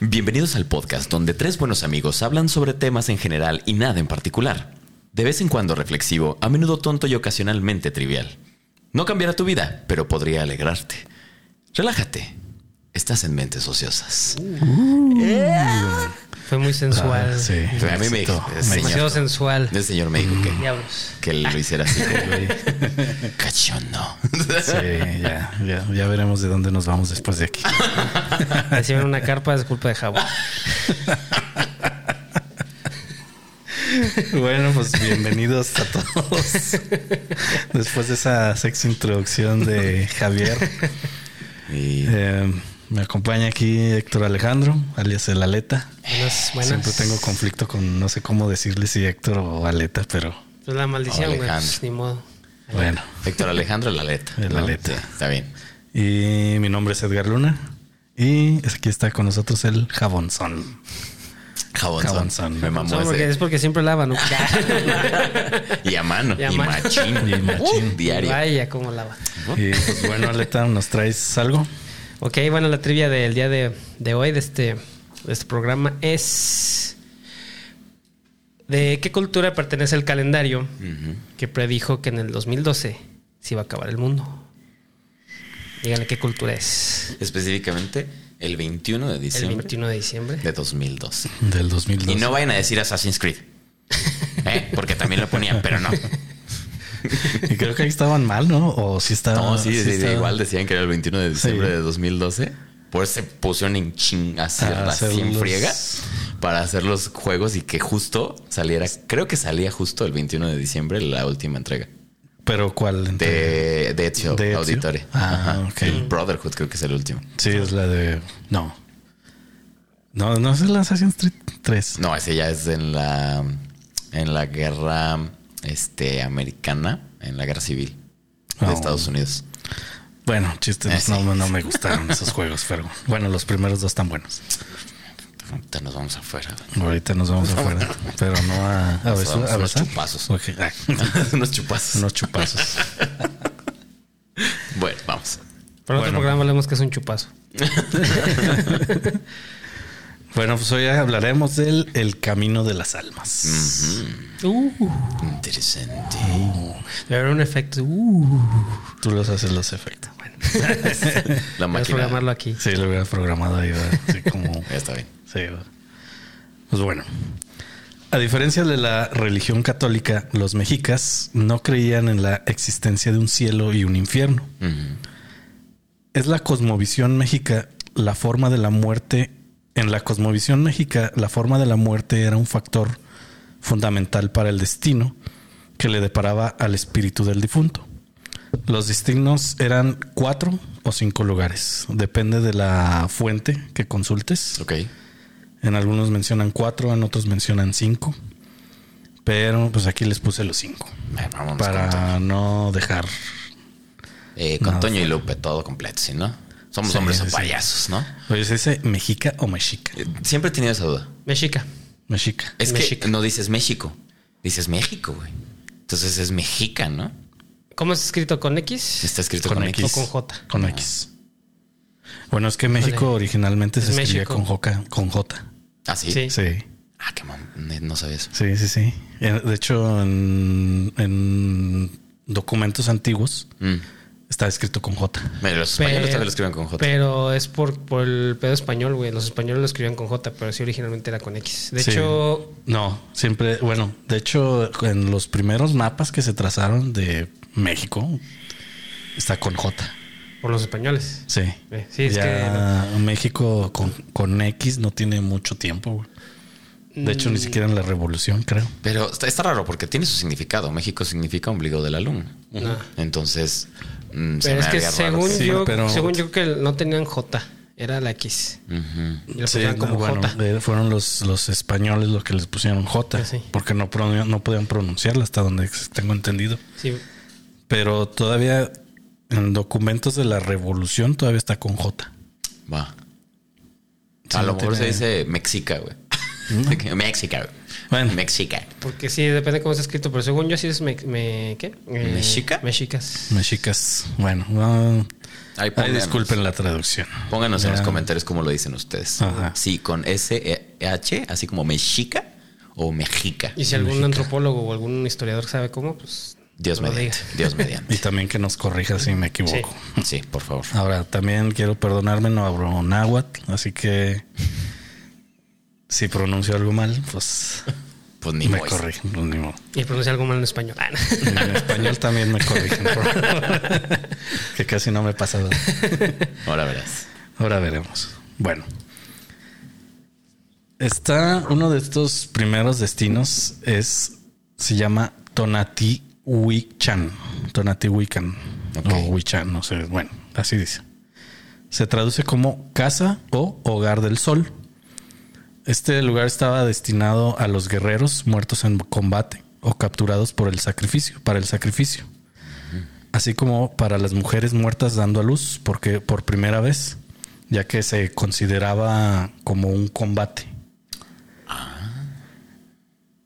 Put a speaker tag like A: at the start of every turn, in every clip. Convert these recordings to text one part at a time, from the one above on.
A: Bienvenidos al podcast donde tres buenos amigos hablan sobre temas en general y nada en particular. De vez en cuando reflexivo, a menudo tonto y ocasionalmente trivial. No cambiará tu vida, pero podría alegrarte. Relájate. Estás en mentes ociosas.
B: Uh. Fue muy sensual.
C: Ah, sí.
A: Pero a mí me dijo,
C: Me
A: el señor,
B: Demasiado sensual.
A: el señor me dijo que,
B: Diablos.
A: que lo hiciera así. como, Cachondo.
C: Sí, ya, ya, ya veremos de dónde nos vamos después de aquí.
B: Reciben una carpa es culpa de Jabo.
C: Bueno, pues bienvenidos a todos. Después de esa sexy introducción de Javier,
A: Y
C: eh, me acompaña aquí Héctor Alejandro, alias el Aleta.
B: Buenas, buenas.
C: Siempre tengo conflicto con no sé cómo decirle si Héctor o Aleta, pero
B: Pues la maldición, güey.
A: Alejandro.
B: pues, ni modo.
C: bueno.
A: Héctor Alejandro Laleta.
C: El
A: ¿no?
C: Laleta.
A: Sí, está bien.
C: Y mi nombre es Edgar Luna y aquí está con nosotros el Jabonzón.
A: Jabonzón.
C: Jabonzón.
A: Me mamó
B: Son porque
A: ese.
B: es porque siempre lava, ¿no?
A: Y a mano.
B: Y a
A: Y
B: mano.
A: machín.
C: Y machín.
A: Uh, diario.
B: Vaya, cómo lava.
C: Y pues bueno, Aleta, ¿nos traes algo?
B: Ok, bueno, la trivia del día de, de hoy, de este, de este programa, es. ¿De qué cultura pertenece el calendario que predijo que en el 2012 se iba a acabar el mundo? Díganle qué cultura es.
A: Específicamente el 21 de
B: El
A: diciembre
B: 21 de diciembre.
A: de 2012.
C: Del 2012.
A: Y no vayan a decir Assassin's Creed. ¿Eh? Porque también lo ponían, pero no.
C: Y creo que ahí estaban mal, ¿no? O sí estaban.
A: No, sí, sí,
C: estaban
A: igual decían que era el 21 de diciembre
C: Sí.
A: de 2012. Por eso se pusieron en ching a hacer
C: A
A: así
C: hacer
A: en
C: los-
A: friega para hacer los juegos y que justo saliera, creo que salía justo el 21 de diciembre la última entrega
C: Pero ¿cuál? Entonces,
A: de, de Ezio
C: ¿De Ezio?
A: Auditore.
C: Ah,
A: Ajá.
C: ok.
A: El Brotherhood creo que es el último.
C: Sí, es la de. No. No, no es el Assassin's Creed 3.
A: No, ese ya es en la en la guerra este americana, en la guerra civil de
C: Oh.
A: Estados Unidos.
C: Bueno, chistes,
A: Eh, sí.
C: no, no me gustaron esos juegos, pero bueno, los primeros dos están buenos.
A: Ahorita nos vamos afuera.
C: Ahorita nos vamos afuera, pero no a, a,
A: Nos
C: besu-
A: damos
C: a
A: unos
C: besar.
A: chupazos.
C: Ok, ah,
A: Unos chupazos.
C: unos chupazos.
A: Bueno, vamos.
B: Para otro
C: Bueno.
B: programa hablemos que es un chupazo.
C: Bueno, pues hoy hablaremos del El Camino de las Almas. Uh,
B: Uh,
A: Interesante.
B: debe haber un efecto. Uh,
C: Tú los haces los efectos.
A: La
B: Vamos a
A: máquina.
B: programarlo aquí.
C: Sí, lo hubiera programado ahí, ¿verdad? así como
A: Ya está bien.
C: Sí. Pues bueno. A diferencia de la religión católica, los mexicas no creían en la existencia de un cielo y un infierno.
A: Ujú.
C: Es la cosmovisión mexica la forma de la muerte. En la cosmovisión mexica, la forma de la muerte era un factor fundamental para el destino que le deparaba al espíritu del difunto. Los destinos eran cuatro o cinco lugares. Depende de la fuente que consultes.
A: Ok.
C: En algunos mencionan cuatro, en otros mencionan cinco. Pero pues aquí les puse los cinco.
A: Bueno, vámonos con, Toño.
C: Para no dejar.
A: Eh, con
C: No,
A: Toño y Lupe, todo completo, ¿sí, no? Somos
C: Sí,
A: hombres o
C: sí, sí.
A: payasos, ¿no?
C: Oye, ¿se dice mexica o mexica?
A: Eh, Siempre he tenido esa duda.
B: Mexica.
C: Mexica.
A: Es
B: Mexica.
A: que no dices México, dices México, güey. Entonces es mexica, ¿no?
B: ¿Cómo es escrito con X?
A: Está escrito con, X.
B: O con J. Ah.
C: Con X. Bueno, es que México originalmente se
B: Es
C: escribía
B: México.
C: con J. Con J.
A: ¿Ah, sí?
B: Sí.
C: Sí.
A: Ah, qué mam... ne- No sabía eso.
C: Sí, sí, sí. Eh, De hecho, en, en documentos antiguos
A: Mm.
C: está escrito con J.
A: Mira, los españoles
B: Pero-
A: también lo escriben con J.
B: Pero es por, por el pedo español, güey. Los españoles lo escribían con J, pero sí originalmente era con X. De
C: Sí.
B: hecho,
C: No, siempre, bueno, de hecho, en los primeros mapas que se trazaron de México, está con J.
B: por los españoles.
C: Sí.
B: Eh, sí, es
C: Ya México con, con X no tiene mucho tiempo. güey. De hecho,
B: Mm.
C: ni siquiera en la revolución, creo.
A: Pero está, está raro porque tiene su significado. México significa ombligo de la luna. Entonces, mm, se me
B: Pero es que
A: haría raro
B: según
A: que-
C: Sí,
B: yo,
C: pero-
B: según yo que no tenían J, era la X.
A: Ujú.
B: Y le pusieron como
C: bueno,
B: J. Ah,
C: eh, fueron los, los españoles los que les pusieron J,
B: Sí.
C: porque no, pronun- no podían pronunciarla hasta donde tengo entendido.
B: Sí.
C: Pero todavía en documentos de la revolución todavía está con J.
A: Va.
C: Sí,
A: a
C: no
A: lo mejor
C: tiene-
A: se dice mexica, güey. México.
C: Bueno.
A: Mexica.
B: Porque sí, depende cómo está escrito, pero según yo sí es me, me- ¿qué? Eh,
A: ¿Mexica?
B: Mexicas.
C: Mexicas. Bueno, ah,
A: Ahí
C: ay,
A: pónganos.
C: disculpen la traducción.
A: Pónganos en los
C: Ya.
A: comentarios cómo lo dicen ustedes.
C: Ajá.
A: Sí, con S-H, así como mexica o mexica.
B: Y si algún antropólogo o algún historiador sabe cómo, pues
A: Dios
B: que lo
A: mediante.
B: diga.
A: Dios mediante.
C: Y también que nos corrija si me equivoco.
A: Sí, por favor.
B: Ah,
C: Ahora, también quiero perdonarme, no hablo náhuatl, así que si pronuncio algo mal, pues
A: Pues ni
C: me
A: mois.
C: corrigen. pues, ni modo.
B: Y pronuncia algo mal en español. Ah, no.
C: Y En español también me corrigen. por favor. que casi no me pasa. ¿verdad?
A: Ahora verás.
C: Ahora veremos. Bueno. Está uno de estos primeros destinos es se llama Tonatihuichan, Tonatihuican
A: Ok.
C: o Huichan, no sé, bueno, así dice. Se traduce como casa o hogar del sol. Este lugar estaba destinado a los guerreros muertos en combate o capturados por el sacrificio, para el sacrificio así como para las mujeres muertas dando a luz, porque por primera vez, ya que se consideraba como un combate.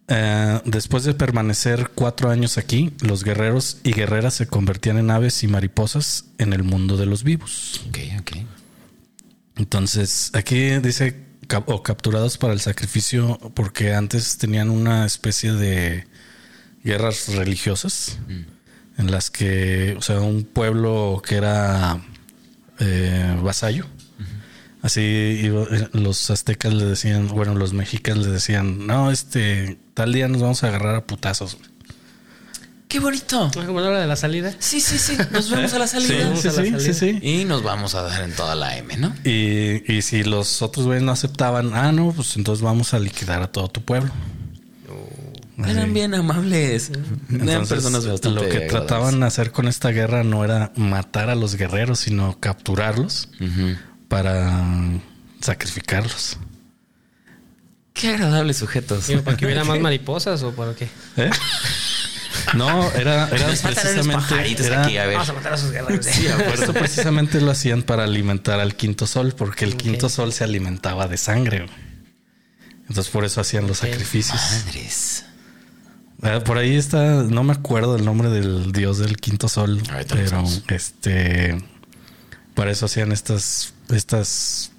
C: Eh, después de permanecer cuatro años aquí, los guerreros y guerreras se convertían en aves y mariposas en el mundo de los vivos.
A: Ok, ok.
C: Entonces, aquí dice cap- o capturados para el sacrificio, porque antes tenían una especie de guerras religiosas
A: Mm.
C: en las que, o sea, un pueblo que era eh, vasallo. Así iba- eh, los aztecas le decían, bueno, los mexicas le decían, no, este, tal día nos vamos a agarrar a putazos.
A: Qué bonito.
B: Ah, Como la hora de la salida.
A: Sí, sí, sí. Nos vemos a la salida.
B: Vamos a la salida.
A: Y nos vamos a dar en toda la M, ¿no?
C: Y, y si los otros güeyes no aceptaban, ah, no, pues entonces vamos a liquidar a todo tu pueblo.
A: Oh. Eran bien amables. Eran
C: Entonces,
A: personas bastante
C: lo que
A: agradables.
C: trataban de hacer con esta guerra no era matar a los guerreros, sino capturarlos
A: Ujú.
C: para sacrificarlos.
A: Qué agradables sujetos.
B: Digo, para que hubiera más mariposas o para qué.
C: ¿Eh? No, era, era
A: Nos mataron los
C: precisamente.
A: pajaritos
C: era-
A: aquí, a ver.
B: Vamos a matar a sus guerreros.
C: Esto precisamente lo hacían para alimentar al quinto sol, porque el quinto sol se alimentaba de sangre. güey. Entonces por eso hacían los
B: Ok.
C: sacrificios.
A: Madres.
C: Ah, Por ahí está, no me acuerdo el nombre del dios del quinto sol,
A: Ahorita lo
C: pero
A: buscamos.
C: este para eso hacían estas estas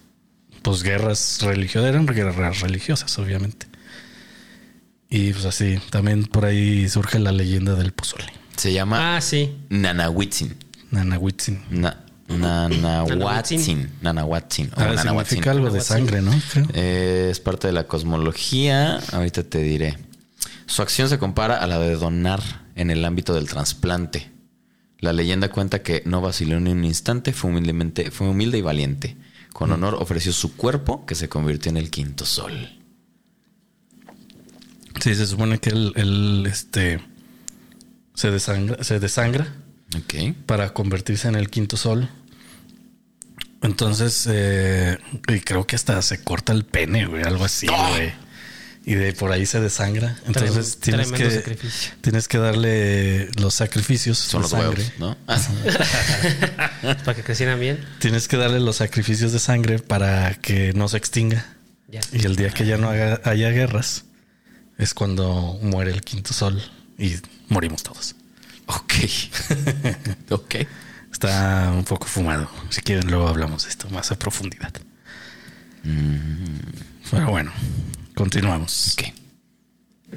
C: pues guerras religiosas, eran guerras religiosas, obviamente. Y pues así, también por ahí surge la leyenda del pozole,
A: Se llama
B: Ah, sí.
A: Nanahuitzin.
C: Nanahuitzin. Ah,
A: Na- Nanahuatzin. Nanahuatzin. o
C: Ah,
A: Nanahuatzin.
C: significa algo de sangre, ¿no? Creo.
A: Eh, es parte de la cosmología. Ahorita te diré. Su acción se compara a la de donar en el ámbito del trasplante. La leyenda cuenta que no vaciló ni un instante, fue, humildemente, fue humilde y valiente. Con honor ofreció su cuerpo, que se convirtió en el quinto sol.
C: Sí, se supone que él, él, este se desangra, se desangra
A: Ok.
C: para convertirse en el quinto sol. Entonces, eh, y creo que hasta se corta el pene, güey, algo así,
A: ¡Ah!
C: güey. Y de por ahí se desangra. Entonces
B: Trem-
C: tienes
B: tremendo
C: que
B: sacrificio.
C: tienes que darle los sacrificios.
A: Son
C: de
A: los
C: sangre.
A: huevos, ¿no? Ah, sí.
B: Para que crecieran bien.
C: Tienes que darle los sacrificios de sangre para que no se extinga.
B: Ya.
C: Y el día que ya no haga- haya guerras es cuando muere el quinto sol y morimos todos.
A: Ok. ok.
C: Está un poco fumado. Si quieren, luego hablamos de esto más a profundidad. Pero bueno, continuamos.
A: Mm,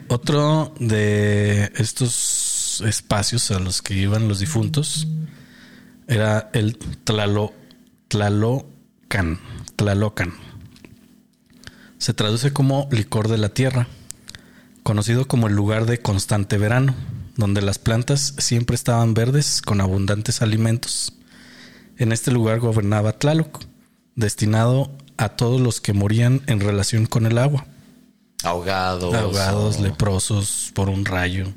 A: Ok.
C: Otro de estos espacios a los que iban los difuntos era el Tlalo, Tlalocan. Tlalocan. Se traduce como licor de la tierra, conocido como el lugar de constante verano, donde las plantas siempre estaban verdes con abundantes alimentos. En este lugar gobernaba Tlaloc, destinado a todos los que morían en relación con el agua.
A: Ahogados.
C: Ahogados,
A: o
C: leprosos, por un rayo.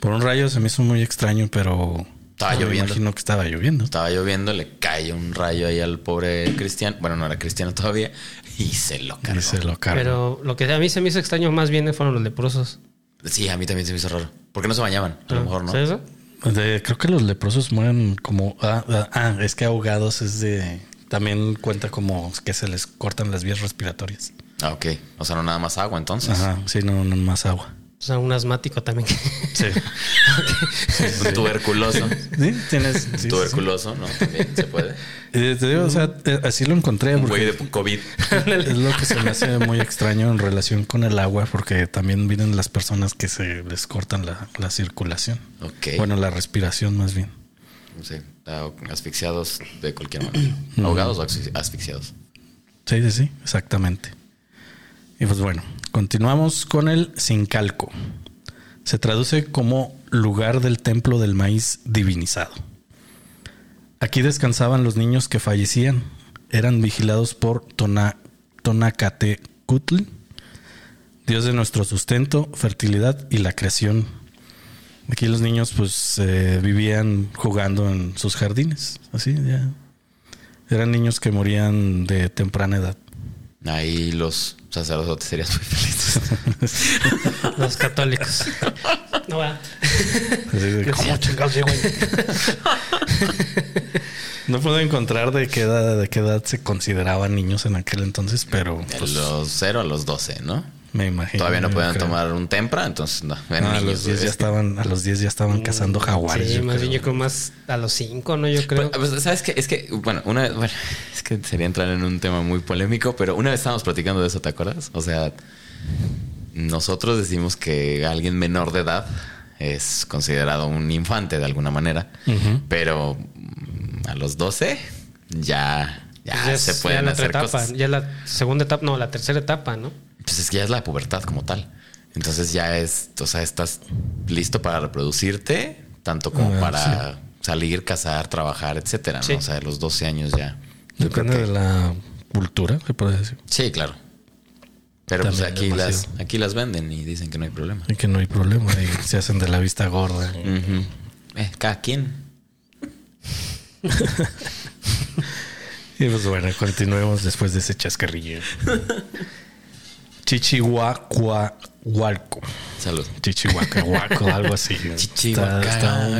C: Por un rayo se me hizo muy extraño, pero
A: Estaba
C: me
A: lloviendo.
C: imagino que estaba lloviendo.
A: Estaba lloviendo, le cae un rayo ahí al pobre cristiano. Bueno, no era cristiano todavía. Y se lo cargó.
C: Y se lo cargó.
B: Pero lo que a mí se me hizo extraño más bien fueron los leprosos.
A: Sí, a mí también se me hizo raro. Porque no se bañaban,
C: Ah,
A: a lo mejor, ¿no?
B: ¿Sabes eso?
C: De- creo que los leprosos mueren como... Ah, ah, ah, es que ahogados es de... También cuenta como que se les cortan las vías respiratorias.
A: Ah, ok. O sea, no nada más agua entonces.
C: Ajá, sí, no, no más agua.
B: O sea, un asmático también.
C: Sí.
A: Un tuberculoso.
C: ¿Sí? Tienes sí, sí,
A: tuberculoso, ¿no? También se puede.
C: sí. Eh, te digo, o sea, eh, así lo encontré.
A: Un
C: porque-
A: güey de COVID.
C: Es lo que se me hace muy extraño en relación con el agua, porque también vienen las personas que se les cortan la, la circulación.
A: Ok.
C: Bueno, la respiración más bien.
A: Sí, ah, asfixiados de cualquier manera.
C: Mm.
A: Ahogados o asfixi- asfixiados.
C: Sí, sí, sí, exactamente. Y pues bueno, continuamos con el sincalco. Se traduce como lugar del templo del maíz divinizado. Aquí descansaban los niños que fallecían. Eran vigilados por Tona- Tonacatecutl, dios de nuestro sustento, fertilidad y la creación. Aquí los niños pues eh, vivían jugando en sus jardines. Así ya. Eran niños que morían de temprana edad.
A: Ahí los sacerdotes serían muy felices.
B: Los católicos. No va.
C: Así de, ¿cómo No puedo encontrar de qué edad, de qué edad se consideraban niños en aquel entonces, pero
A: De
C: pues,
A: los 0 a los 12, ¿no?
C: me imagino.
A: Todavía no
C: yo
A: podían
C: creo.
A: tomar un tempra, entonces no. eran
C: No, a
A: niños, este.
C: los 10 ya
A: güey.
C: estaban, a los 10 ya estaban cazando jaguares.
B: Mm, Sí,
C: yo
B: más bien
C: creo.
B: yo creo más a los cinco, ¿no? Yo creo.
A: Pero, pues, ¿Sabes qué? Es que, bueno, una bueno, es que sería entrar en un tema muy polémico, pero una vez estábamos platicando de eso, ¿te acuerdas? O sea, nosotros decimos que alguien menor de edad es considerado un infante de alguna manera,
C: Ujú.
A: pero mm, a los 12 ya, ya
B: Pues ya es-
A: se
B: ya
A: pueden
B: la otra
A: hacer
B: etapa,
A: cosas.
B: Ya la segunda etapa, no, la tercera etapa, ¿no?
A: Pues es que ya es la pubertad como tal. Entonces ya es, o sea, estás listo para reproducirte, tanto como
C: Ah,
A: para salir, cazar, trabajar, etcétera. ¿no?
B: Sí.
A: O sea, a los 12 años ya. Yo creo
C: Depende
A: que-
C: de la cultura, se puede decir.
A: Sí, claro. Pero pues
C: También
A: aquí las,
C: demasiado.
A: aquí las venden y dicen que no hay problema.
C: Y que no hay problema, y se hacen de la vista gorda.
A: Ujú. Eh, cada quien.
C: Y pues bueno, continuemos después de ese chascarrillo. Chichihuacuahualco.
A: Salud.
C: Chichihuacahuaco, algo así. Está, está un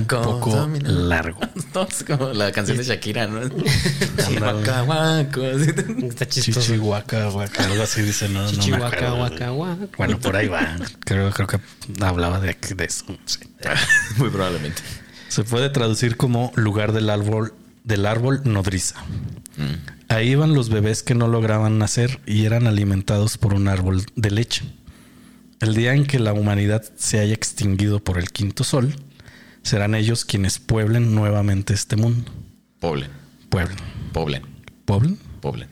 A: Chichihuacahuaco,
C: poco
A: mira.
C: largo.
A: No, es como la canción de Shakira, ¿no?
C: Ándale.
A: Chihuacahuaco, así.
B: Está chistoso.
C: Chichihuacahuaco, algo así dice, Mm. no, no me
B: Chihuahua,
C: acuerdo.
B: guaca, guaca.
C: Bueno, por ahí va. Creo, creo que hablaba de, de eso. sí.
A: Muy probablemente.
C: Se puede traducir como lugar del árbol, del árbol nodriza.
A: Mm.
C: Ahí iban los bebés que no lograban nacer y eran alimentados por un árbol de leche. El día en que la humanidad se haya extinguido por el quinto sol, serán ellos quienes pueblen nuevamente este mundo.
A: Poblen.
C: Pueblen.
A: Poblen.
C: ¿Pueblen?
A: Poblen.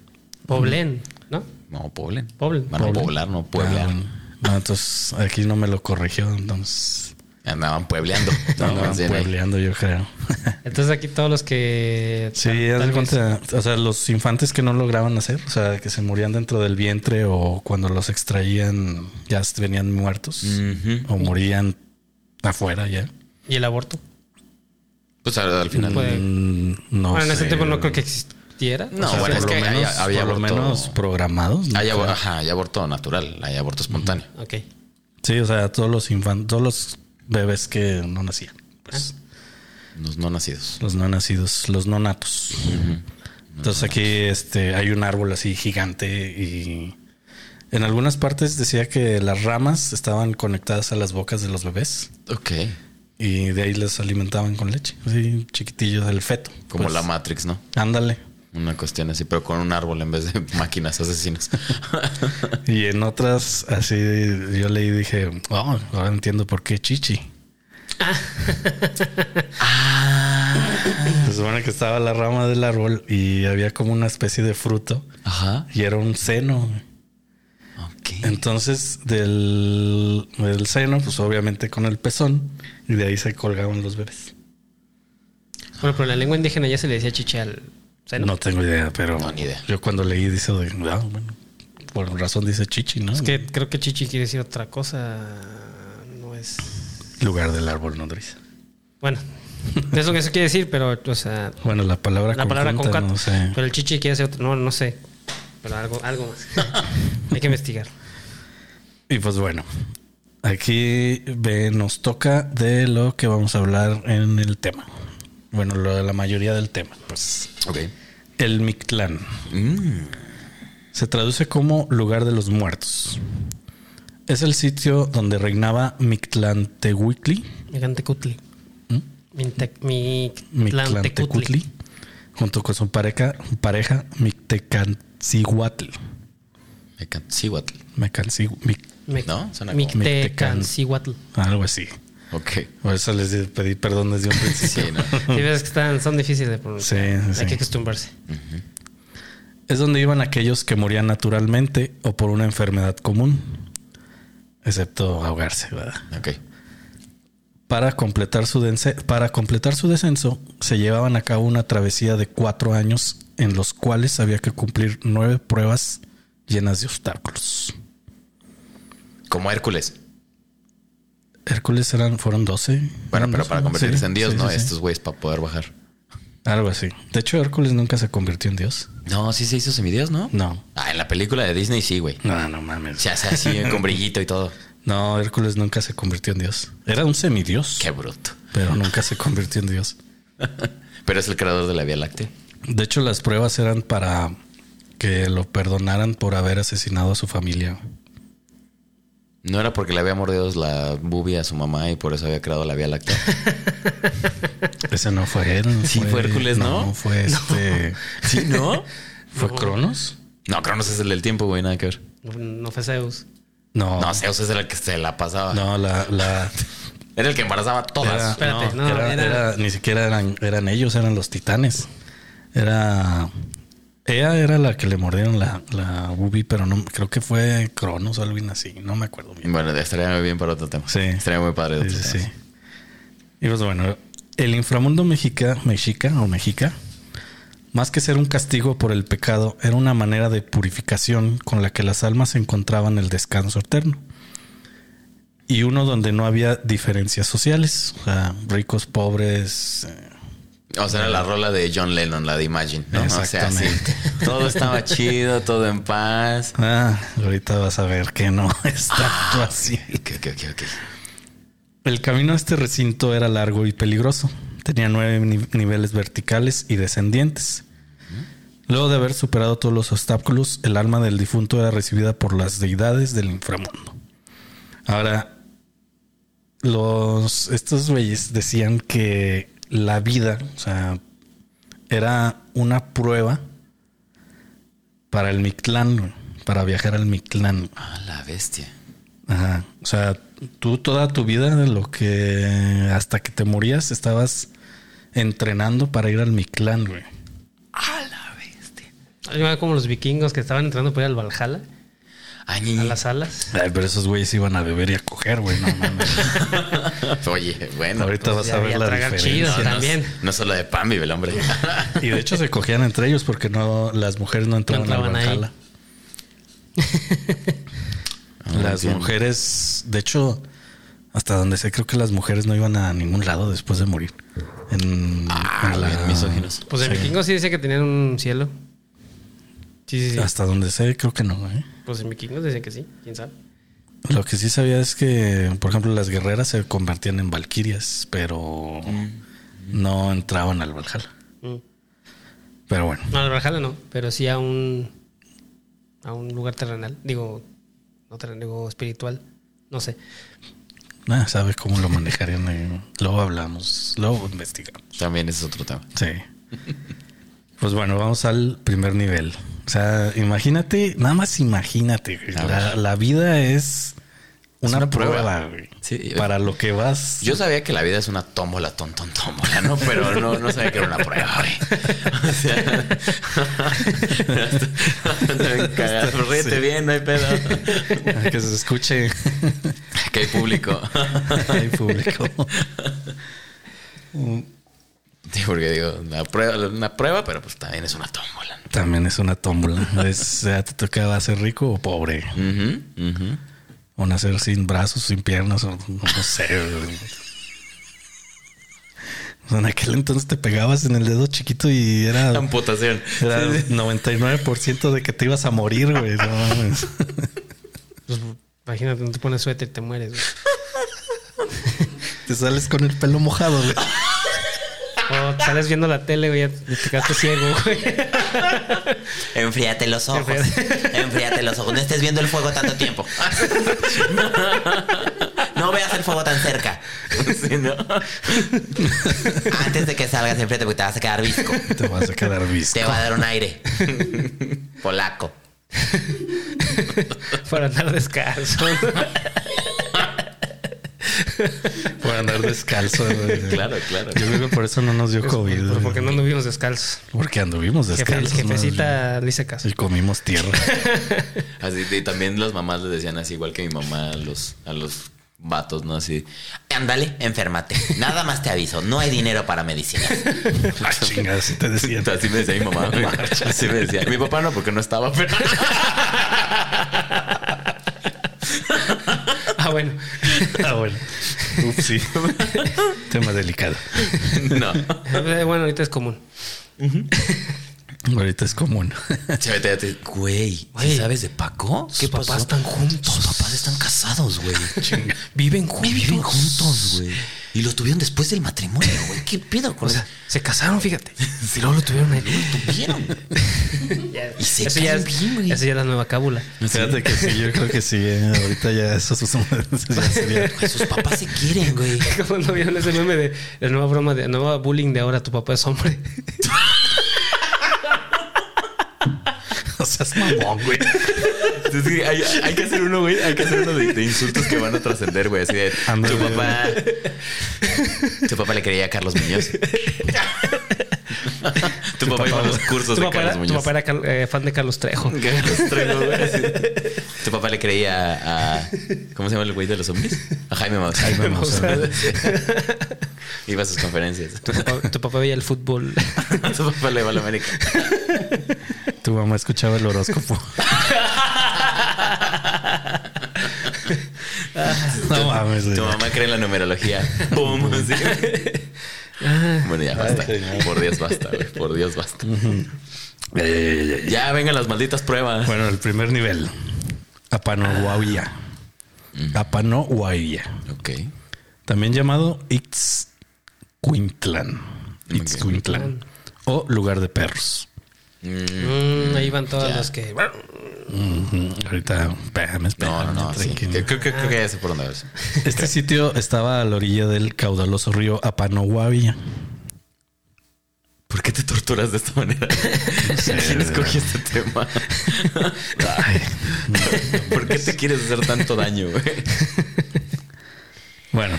B: Poblén, ¿no?
A: No, poblen.
B: Poblen.
A: Van a
C: Poblen.
A: poblar, no pueblear.
C: Ah, bueno. No, entonces aquí no me lo corrigió, entonces
A: Andaban puebleando. ¿no?
C: andaban
A: Más bien ahí.
C: puebleando yo creo.
B: Entonces aquí todos los que...
C: Sí,
B: tal-
C: haz de
B: tal vez-
C: cuenta, o sea, los infantes que no lograban nacer, o sea, que se morían dentro del vientre o cuando los extraían ya est- venían muertos
A: Ujú.
C: o morían afuera ya.
B: ¿Y el aborto?
A: Pues al, al final.
B: Puede-
C: Mm, no
B: bueno, en ese
C: sé.
B: tiempo no creo que existiera.
A: No,
C: O sea,
A: bueno,
C: por
A: es que
C: lo menos,
A: hay- había
C: por lo
A: aborto-
C: menos programados. ¿no?
A: Hay, abor- ajá, hay aborto natural, hay aborto espontáneo.
B: Ok.
C: Sí, o sea, todos los infantes, todos los bebés que no nacían,
B: Ah.
C: pues,
A: Los no nacidos.
C: los no nacidos, los no natos. Entonces aquí este, hay un árbol así gigante y en algunas partes decía que las ramas estaban conectadas a las bocas de los bebés
A: Ok.
C: y de ahí los alimentaban con leche, así chiquitillos del feto.
A: Como
C: Pues,
A: la Matrix, ¿no?
C: Ándale.
A: Una cuestión así, pero con un árbol en vez de máquinas asesinas.
C: Y en otras así yo leí y dije, oh, ahora entiendo por qué chichi.
A: Ah.
C: Se supone que estaba la rama del árbol y había como una especie de fruto
A: Ajá.
C: y era un seno.
A: Ok.
C: Entonces, del, del seno, pues obviamente con el pezón, y de ahí se colgaban los bebés.
B: Bueno, pero en la lengua indígena ya se le decía chiche al seno.
C: No tengo idea, pero
A: No, ni idea.
C: yo cuando leí dice, de, "Ah, bueno, por razón dice chichi, ¿no?
B: Es que creo que chichi quiere decir otra cosa. No es...
C: lugar del árbol nodriza.
B: Bueno, es lo que eso quiere decir, pero, o sea,
C: Bueno, la palabra
B: la palabra con cat,
C: no sé.
B: Pero el chichi quiere decir otro. No, no sé. Pero algo, algo más. Hay que investigar.
C: Y pues bueno, aquí ve- nos toca de lo que vamos a hablar en el tema. Bueno, lo de la mayoría del tema, pues.
A: Ok.
C: El Mictlán.
A: Mm.
C: Se traduce como lugar de los muertos. Es el sitio donde reinaba Mictlantecuhtli,
B: Mictlantecutli.
C: ¿Mm?
B: Minte- Mictlantecutli.
C: Mictlantecutli, junto con su pareja, pareja Mictecancihuatl.
A: Mecancihuatl.
C: Mecancihu- mic-
B: Mic-
A: ¿No? Suena como-
B: Mictecancihuatl.
C: algo así.
A: Ok.
C: Por eso les pedí perdón desde un principio.
A: Sí, ¿no?
B: Sí, ves que están, son difíciles de pronunciar.
C: Sí, sí.
B: Hay que acostumbrarse.
C: Es donde iban aquellos que morían naturalmente o por una enfermedad común, excepto ahogarse, ¿verdad?
A: Ok.
C: Para completar, su dense- para completar su descenso, se llevaban a cabo una travesía de cuatro años en los cuales había que cumplir nueve pruebas llenas de obstáculos.
A: Como Hércules.
C: Hércules eran, fueron 12.
A: Bueno,
C: eran
A: pero
C: 12,
A: para
C: ¿no?
A: convertirse
C: Sí,
A: en Dios,
C: sí,
A: ¿no?
C: sí, sí.
A: Estos güeyes para poder bajar.
C: Algo así. De hecho, Hércules nunca se convirtió en Dios.
A: No, sí se hizo semidios, ¿no?
C: No.
A: Ah, en la película de Disney sí, güey.
C: No, no mames.
A: Se hace así con brillito y todo.
C: No, Hércules nunca se convirtió en Dios. Era un semidios,
A: Qué bruto.
C: pero nunca se convirtió en Dios.
A: Pero es el creador de la Vía Láctea.
C: De hecho, las pruebas eran para que lo perdonaran por haber asesinado a su familia.
A: No era porque le había mordido la bubia a su mamá y por eso había creado la Vía Láctea.
C: Ese no fue él.
A: Sí, fue Hércules, ¿no?
C: fue este.
A: ¿Sí, no?
C: ¿Fue Cronos?
A: No, Cronos es el del tiempo, güey, nada que ver.
B: No, no fue Zeus.
C: No.
A: No, Zeus es el que se la pasaba.
C: Oh. No, la. la
A: Era el que embarazaba a todas.
C: era-
B: Espérate,
C: no,
B: no,
C: era-
B: era-
C: era- ni siquiera eran, eran ellos, eran los titanes. Era. Ella era la que le mordieron la, la ubi, pero no creo que fue Cronos o alguien así. No me acuerdo bien.
A: Bueno, estaría muy bien para otro tema.
C: Sí.
A: Estaría muy padre. otro
C: Sí, sí,
A: tema.
C: sí. Y pues bueno, el inframundo mexica, mexica o mexica, más que ser un castigo por el pecado, era una manera de purificación con la que las almas encontraban el descanso eterno. Y uno donde no había diferencias sociales, o sea, ricos, pobres, eh,
A: O sea, era la rola de John Lennon, la de Imagine, ¿no? O
C: Exactamente.
A: sea, sí. Todo estaba chido, todo en paz.
C: ah, ahorita vas a ver que no está así.
A: Ok, ok, ok, ok.
C: El camino a este recinto era largo y peligroso. Tenía nueve ni- niveles verticales y descendientes. Luego de haber superado todos los obstáculos, el alma del difunto era recibida por las deidades del inframundo. Ahora, los estos güeyes decían que la vida, o sea, era una prueba para el Mictlán, güey, para viajar al Mictlán.
A: Ah, la bestia.
C: Ajá. O sea, tú toda tu vida, lo que hasta que te morías, estabas entrenando para ir al Mictlán, güey.
A: Ah, la bestia.
B: Yo me acuerdo como los vikingos que estaban entrando por ir al Valhalla,
A: Ay, ñi,
B: a
A: ñi.
B: las alas.
C: Ay, pero esos güeyes iban a beber y a coger, güey. No mames.
A: Oye, bueno.
C: Ahorita vas
B: pues, ya
C: a
B: voy
C: ver
B: a
C: la
B: tragar
C: diferencia.
B: chido.
A: no,
B: también.
A: No, solo de pan vive el hombre.
C: Y de hecho se cogían entre ellos porque no las mujeres no entraban,
B: No entraban
C: al
B: ahí.
C: Valhalla. las mujeres, de hecho, hasta donde sé, creo que las mujeres no iban a ningún lado después de morir. En,
A: Ah,
C: en la-
A: bien misóginos.
B: Pues el
C: Sí.
B: vikingo sí decía que tenían un cielo. Sí, sí, sí.
C: Hasta donde sé, creo que no, ¿eh?
B: Pues en vikingos decían que sí, quién sabe.
C: Lo que sí sabía es que, por ejemplo, las guerreras se convertían en valquirias, pero
A: Mm.
C: no entraban al Valhalla.
B: Mm.
C: Pero bueno,
B: No, al Valhalla no, pero sí a un a un lugar terrenal, digo, no terrenal, digo espiritual, no sé.
C: nada, sabe cómo lo manejarían. eh. Luego hablamos, luego investigamos.
A: También ese es otro tema.
C: Sí. Pues bueno, vamos al primer nivel. O sea, imagínate, nada más imagínate. güey.
A: A
C: La,
A: ver.
C: la vida es una,
A: una
C: prueba,
A: prueba.
C: güey.
A: Sí.
C: para lo que vas.
A: Yo sabía que la vida es una tómbola, ton, ton, tómbola, ¿no? Pero no, no sabía que era una prueba, güey. O sea, te ven cagar. Pues ríete
C: Sí.
A: bien, no hay pedo.
C: que se escuche.
A: Que hay público.
C: Hay público.
A: Sí, porque digo, una prueba, una prueba, pero pues también es una tómbola.
C: También es una tómbola. Es, ya te tocaba ser rico o pobre.
A: Ujú, ujú.
C: O nacer sin brazos, sin piernas, o no sé. güey. O sea, en aquel entonces te pegabas en el dedo chiquito y era,
A: Amputación.
C: era
A: Sí, sí.
C: 99% de que te ibas a morir, güey. No mames.
B: Pues, imagínate, no te pones suéter y te mueres. güey.
C: Te sales con el pelo mojado, güey.
B: O sales viendo la tele, güey, ya te quedaste ciego, güey.
D: Enfríate los ojos.
B: Enfríate.
D: Enfríate los ojos. No estés viendo el fuego tanto tiempo. No veas el fuego tan cerca.
A: Sí, ¿no?
D: Antes de que salgas, enfríate porque te vas a quedar visco.
C: Te vas a quedar visto.
D: Te va a dar un aire. Polaco.
B: Para andar descalzo.
C: Por andar descalzo. güey.
A: Claro, claro.
C: Yo creo que por eso no nos dio COVID.
B: Por-
C: güey.
B: Pues, Porque no anduvimos descalzos.
C: Porque anduvimos
B: Jefe,
C: descalzos. más
B: jefecita le hice caso.
C: bien. Y comimos tierra.
A: Así, y también las mamás le decían así, igual que mi mamá a los, a los vatos, ¿no? Así.
D: Ándale, enférmate. Nada más te aviso. No hay dinero para medicinas.
C: Ah, chingada, si te decían.
A: Así me decía mi mamá. güey. Así me decía. Mi papá no, porque no estaba, pero.
B: Ah, bueno.
C: Ah, bueno. Ups, sí. Tema delicado.
A: No.
B: Eh, Bueno, ahorita es común.
C: Ahorita es común.
A: Chavete, ya te- Güey,
D: Güey.
A: ¿sí ¿sabes de Paco?
D: ¿Qué
B: papás
D: pasó?
B: están juntos.
D: Sus papás están casados, güey. viven juntos. Viven juntos, güey. Y lo tuvieron después del matrimonio, güey. ¿Qué pedo con
B: O sea,
D: eso?
B: se casaron, fíjate. Y luego lo tuvieron ahí.
D: Vieron.
B: Ya-
D: Y se
B: Eso ya,
D: caen
B: es,
D: bien, güey.
B: eso ya es la nueva cábula.
C: Fíjate que sí, yo creo que sí. eh. Ahorita ya eso es ya sería.
A: Pues
D: Güey, Sus papás se quieren, güey.
B: Como no vieron ese meme de la nueva broma de la nueva bullying de ahora, tu papá es hombre.
C: O sea, es mamón, güey.
A: Es que hay, hay que hacer uno, güey. Hay que hacer uno de, de insultos que van a trascender, güey. Así de
C: Ándale,
A: tu papá. Tu papá le creía a Carlos Muñoz. Tu, papá iba a los cursos de
B: Tu papá,
A: Carlos
B: era, tu
A: Muñoz.
B: papá era Car- eh, fan de Carlos Trejo.
A: Carlos Trejo, güey, así. Tu papá le creía a. ¿Cómo se llama el güey de los zombies? A Jaime Maussan.
C: Jaime Maussan.
A: Sí. Iba a sus conferencias.
B: Tu papá, tu papá veía el fútbol.
A: Tu papá le va a la América.
C: Tu mamá escuchaba el horóscopo. No mames, güey.
A: Tu mamá cree en la numerología. Pum. así. Bueno, ya basta. Por Dios basta, güey. Por Dios basta. Ya vengan las malditas pruebas.
C: Bueno, el primer nivel. Apanohuavia.
A: Ah.
C: Apanohuavia.
A: Ok.
C: También llamado Itzcuintlan. Itzcuintlan. O lugar de perros.
B: Mm, ahí van todos los que.
C: Ujú. Ahorita, espérame,
A: No,
C: espérame,
A: no, sí.
C: tranquilo.
A: Creo, creo- creo que ya sé por dónde vas.
C: Este sitio estaba a la orilla del caudaloso río Apanohuavia.
A: ¿Por qué te torturas de esta manera? ¿Quién escogió este tema? ¿Por qué te quieres hacer tanto daño, güey?
C: Bueno,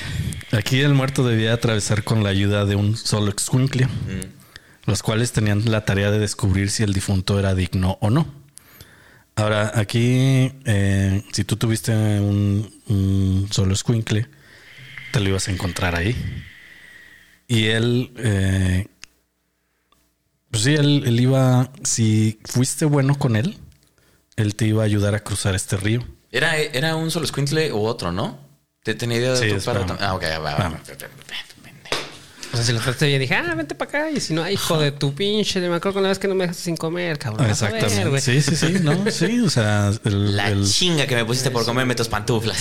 C: aquí el muerto debía atravesar con la ayuda de un solo excuincle, los cuales tenían la tarea de descubrir si el difunto era digno o no. Ahora, aquí, eh, si tú tuviste un, un solo escuincle, te lo ibas a encontrar ahí. Y él, eh, pues sí, él, él iba, si fuiste bueno con él, él te iba a ayudar a cruzar este río.
A: Era, era un solo squintle u otro, ¿no? ¿Te tenía idea de
C: Sí,
A: tu perro?
C: espérame.
A: Ah, ok, va, va.
C: Espérame.
B: O sea, si lo trataste bien, dije, ah, vente para acá. Y si no, ah, hijo de tu pinche, me acuerdo con la vez que no me dejaste sin comer, cabrón. Vas a ver,
C: Exactamente.
B: güey.
C: sí, sí, sí. No, sí. O sea, el,
D: La
C: el-
D: chinga que me pusiste por comerme tus pantuflas.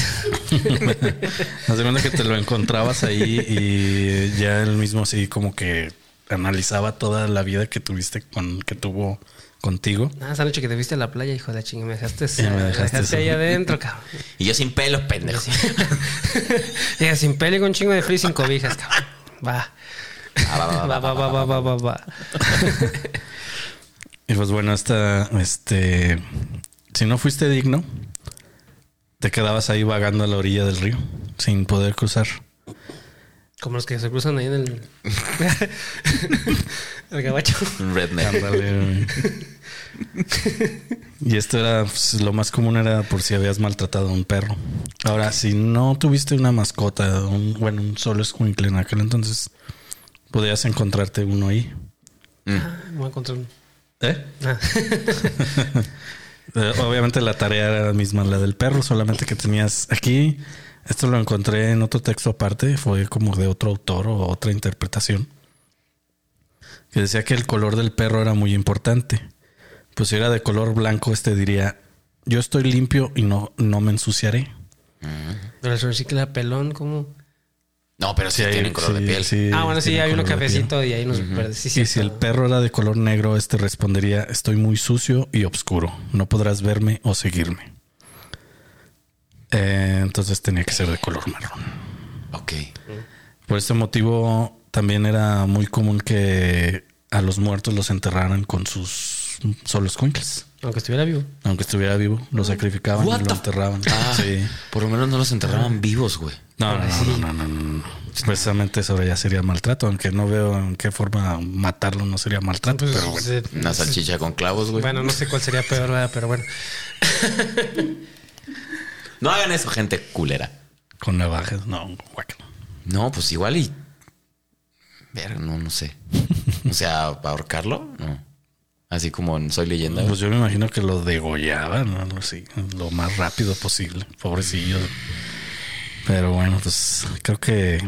C: Haz de cuenta que te lo encontrabas ahí y ya él mismo así como que analizaba toda la vida que tuviste con que tuvo contigo.
B: Ah, esa noche que te viste a la playa, hijo de la chinga, me dejaste,
C: Ya me
B: me
C: dejaste
B: dejaste, ahí
C: solo.
B: adentro, cabrón.
D: Y yo sin pelo, pendejo.
B: Llega sin peli con un chingo de frío y sin cobijas, cabrón. Va. Ah, Va, va, va, va, va, va, va, va.
C: Y pues bueno, hasta este si no fuiste digno, te quedabas ahí vagando a la orilla del río sin poder cruzar.
B: Como los que se cruzan ahí en el. el gabacho.
A: Un redneck.
C: Ándale, güey. y esto era pues, lo más común era por si habías maltratado a un perro. Ahora, si no tuviste una mascota, un, bueno, un solo escuincle en aquel entonces, podías encontrarte uno ahí.
B: Ah, Voy a encontrar un.
C: ¿Eh?
B: Ah.
C: Eh, Obviamente la tarea era la misma, la del perro, solamente que tenías aquí. Esto lo encontré en otro texto aparte, fue como de otro autor o otra interpretación. Que decía que el color del perro era muy importante. Pues si era de color blanco, este diría: Yo estoy limpio y no, no me ensuciaré.
B: Pero el recicla pelón, ¿cómo?
A: No, pero sí,
C: hay-
A: tienen color de
C: sí,
A: piel.
C: sí,
B: ah, bueno, sí,
C: tiene
B: hay uno
C: color de piel.
B: cafecito y ahí unos verdes. Sí,
C: Y
B: cierto.
C: si el perro era de color negro, este respondería: Estoy muy sucio y oscuro. No podrás verme o seguirme. Eh, entonces tenía que ser de color marrón.
A: Ok.
C: Por ese motivo, también era muy común que a los muertos los enterraran con sus solos cuincles.
B: Aunque estuviera vivo.
C: Aunque estuviera vivo, lo sacrificaban
A: Mm. What
C: y
A: the-
C: lo enterraban.
A: Ah,
C: Sí.
A: Por lo menos no los enterraban vivos, güey.
C: No, no, no, no, no, no, no. Precisamente eso ya sería maltrato, aunque no veo en qué forma matarlo no sería maltrato,
B: Pues,
C: pero bueno.
B: eh,
A: Una salchicha con clavos, güey.
B: bueno, no sé cuál sería peor, ¿verdad? pero bueno.
A: No hagan eso, gente culera.
C: Con navajas, no, guácala.
A: No, pues igual y. Ver, no, no sé. O sea, ahorcarlo, no. Así como en Soy Leyenda.
C: Pues yo me imagino que lo degollaban, ¿no? Algo así, lo más rápido posible, pobrecillo. Pero bueno, pues creo que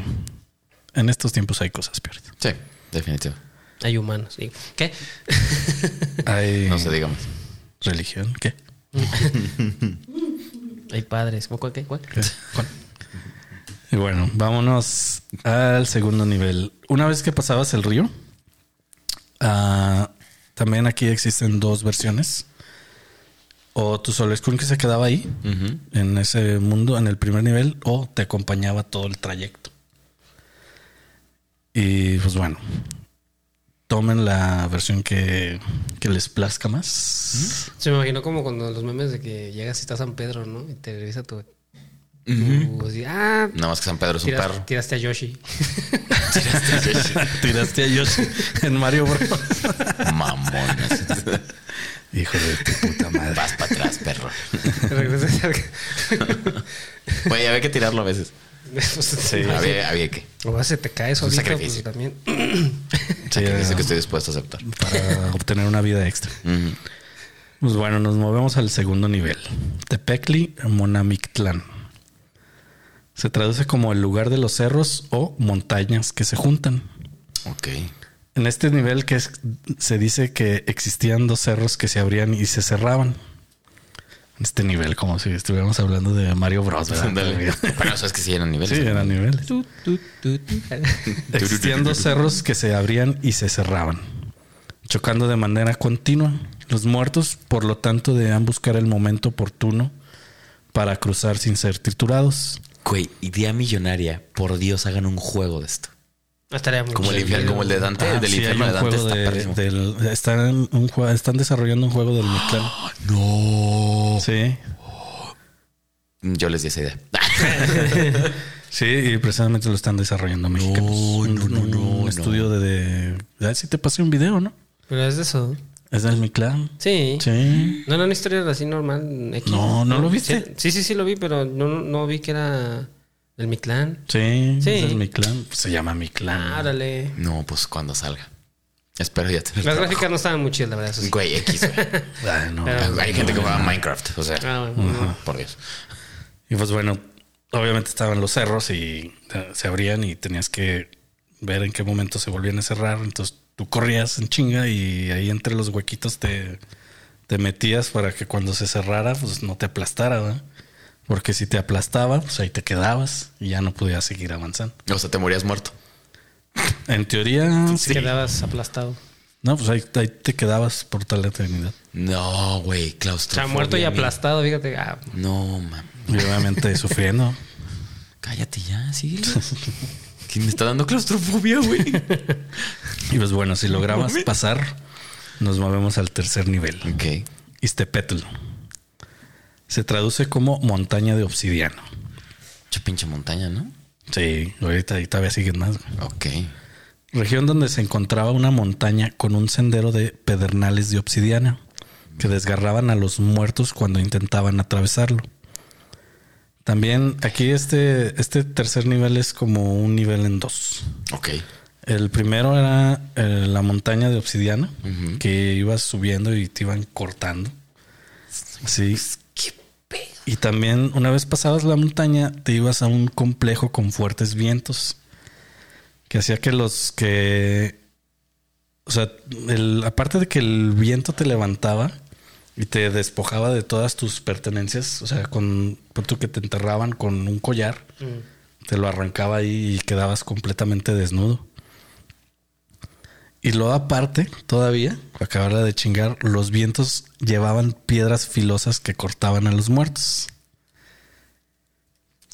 C: en estos tiempos hay cosas peores.
A: Sí, definitivo.
B: Hay humanos. sí. ¿Qué?
C: Hay
A: No se diga más.
C: religión, ¿qué?
B: Hay padres. ¿Cómo cuál? ¿Qué? ¿Cuál?
C: ¿Qué? ¿Cuál? Y bueno, vámonos al segundo nivel. Una vez que pasabas el río, ah, también aquí existen dos versiones. O tu solo que se quedaba ahí,
A: Ujú.
C: en ese mundo, en el primer nivel, o te acompañaba todo el trayecto. Y pues bueno, tomen la versión que, que les plazca más.
B: Se me imaginó como cuando los memes de que llegas y está San Pedro, ¿no? Y te revisa tu. tu- así, ah,
A: Nada más que San Pedro es un
B: tiras-
A: perro.
B: tiraste a Yoshi.
C: Tiraste a Yoshi en Mario Bros.
A: Mamones.
C: Hijo de tu puta madre.
A: Vas para atrás, perro.
B: Regresas al-
A: Güey, había que tirarlo a veces.
B: Pues,
A: Había, había que.
B: O vas, se te caes solito, pues
A: sacrificio.
B: también.
C: Sí,
A: Dice que estoy dispuesto a aceptar.
C: para obtener una vida extra.
A: Ujú.
C: Pues bueno, nos movemos al segundo nivel. Tepecli Monamictlán. Se traduce como el lugar de los cerros o montañas que se juntan.
A: Ok.
C: En este nivel que es- se dice que existían dos cerros que se abrían y se cerraban. En este nivel, como si estuviéramos hablando de Mario Bros. ¿verdad?
A: Ándale. Pero eso es que sí eran niveles.
C: Sí, eran niveles.
B: Tu, tu, tu, tu.
C: Existían dos cerros que se abrían y se cerraban, chocando de manera continua. Los muertos, por lo tanto, debían buscar el momento oportuno para cruzar sin ser triturados.
A: Güey, idea millonaria. Por Dios, hagan un juego de esto.
B: No estaría muy
A: Como el
B: chido.
A: infierno, como el de Dante.
C: Ah,
A: del
C: sí,
A: infierno
C: hay
A: de
C: un
A: Dante
C: juego
A: está
C: de-
A: perrísimo.
C: del- están, un jue- están desarrollando un juego del Mictlán.
A: No.
C: Sí,
A: Yo les di esa idea.
C: sí, y precisamente lo están desarrollando mexicanos. Un-
A: no, no,
C: un
A: no,
C: estudio de... de- ah, sí te pasé un video, ¿no?
B: Pero es de eso.
C: Es del Mictlán.
B: Sí.
C: Sí.
B: No era una historia así normal. X.
C: No, ¿no lo viste?
B: Sí, sí, sí lo vi, pero no, no vi que era del Mictlán.
C: Sí,
B: Sí.
C: es del Mictlán. Se llama Mictlán.
B: Ah, órale.
A: No, pues cuando salga. Espero ya tener.
B: Las
A: trabajo.
B: gráficas no estaban muy chidas, la verdad. Eso sí.
A: Güey, X, güey.
C: Ay, no.
A: Hay gente que juega Minecraft. O sea,
B: Ah, bueno, no.
A: por Dios.
C: Y pues bueno, obviamente estaban los cerros y eh, se abrían y tenías que ver en qué momento se volvían a cerrar. Entonces tú corrías en chinga y ahí entre los huequitos te, te metías para que cuando se cerrara, pues no te aplastara, ¿verdad? Porque si te aplastaba, pues ahí te quedabas y ya no podías seguir avanzando.
A: O sea, te morías muerto.
C: En teoría,
B: Te Quedabas aplastado. O
C: no, pues ahí, ahí te quedabas por tal eternidad.
A: No, güey,
B: sea,
A: claustrofobia.
B: muerto y
A: mira.
B: aplastado, fíjate. Ah,
A: No, mami.
C: Y obviamente sufriendo.
A: Cállate ya, sí. ¿Quién me está dando claustrofobia, güey?
C: Y pues bueno, si lograbas pasar, nos movemos al tercer nivel.
A: ok.
C: Iztepetl. Se traduce como montaña de obsidiano.
A: Mucha pinche montaña, ¿no?
C: Sí, ahorita y todavía siguen más. güey.
A: Ok.
C: Región donde se encontraba una montaña con un sendero de pedernales de obsidiana que desgarraban a los muertos cuando intentaban atravesarlo. También aquí este, este tercer nivel es como un nivel en dos.
A: Ok.
C: El primero era eh, la montaña de obsidiana
A: Ujú.
C: que ibas subiendo y te iban cortando. Sí. Y también una vez pasabas la montaña te ibas a un complejo con fuertes vientos que hacía que los que, o sea, el- aparte de que el viento te levantaba y te despojaba de todas tus pertenencias, o sea, con, pon tú que te enterraban con un collar
B: mm.
C: Te lo arrancaba ahí y quedabas completamente desnudo. Y luego aparte, todavía, para acabarla de chingar, los vientos llevaban piedras filosas que cortaban a los muertos.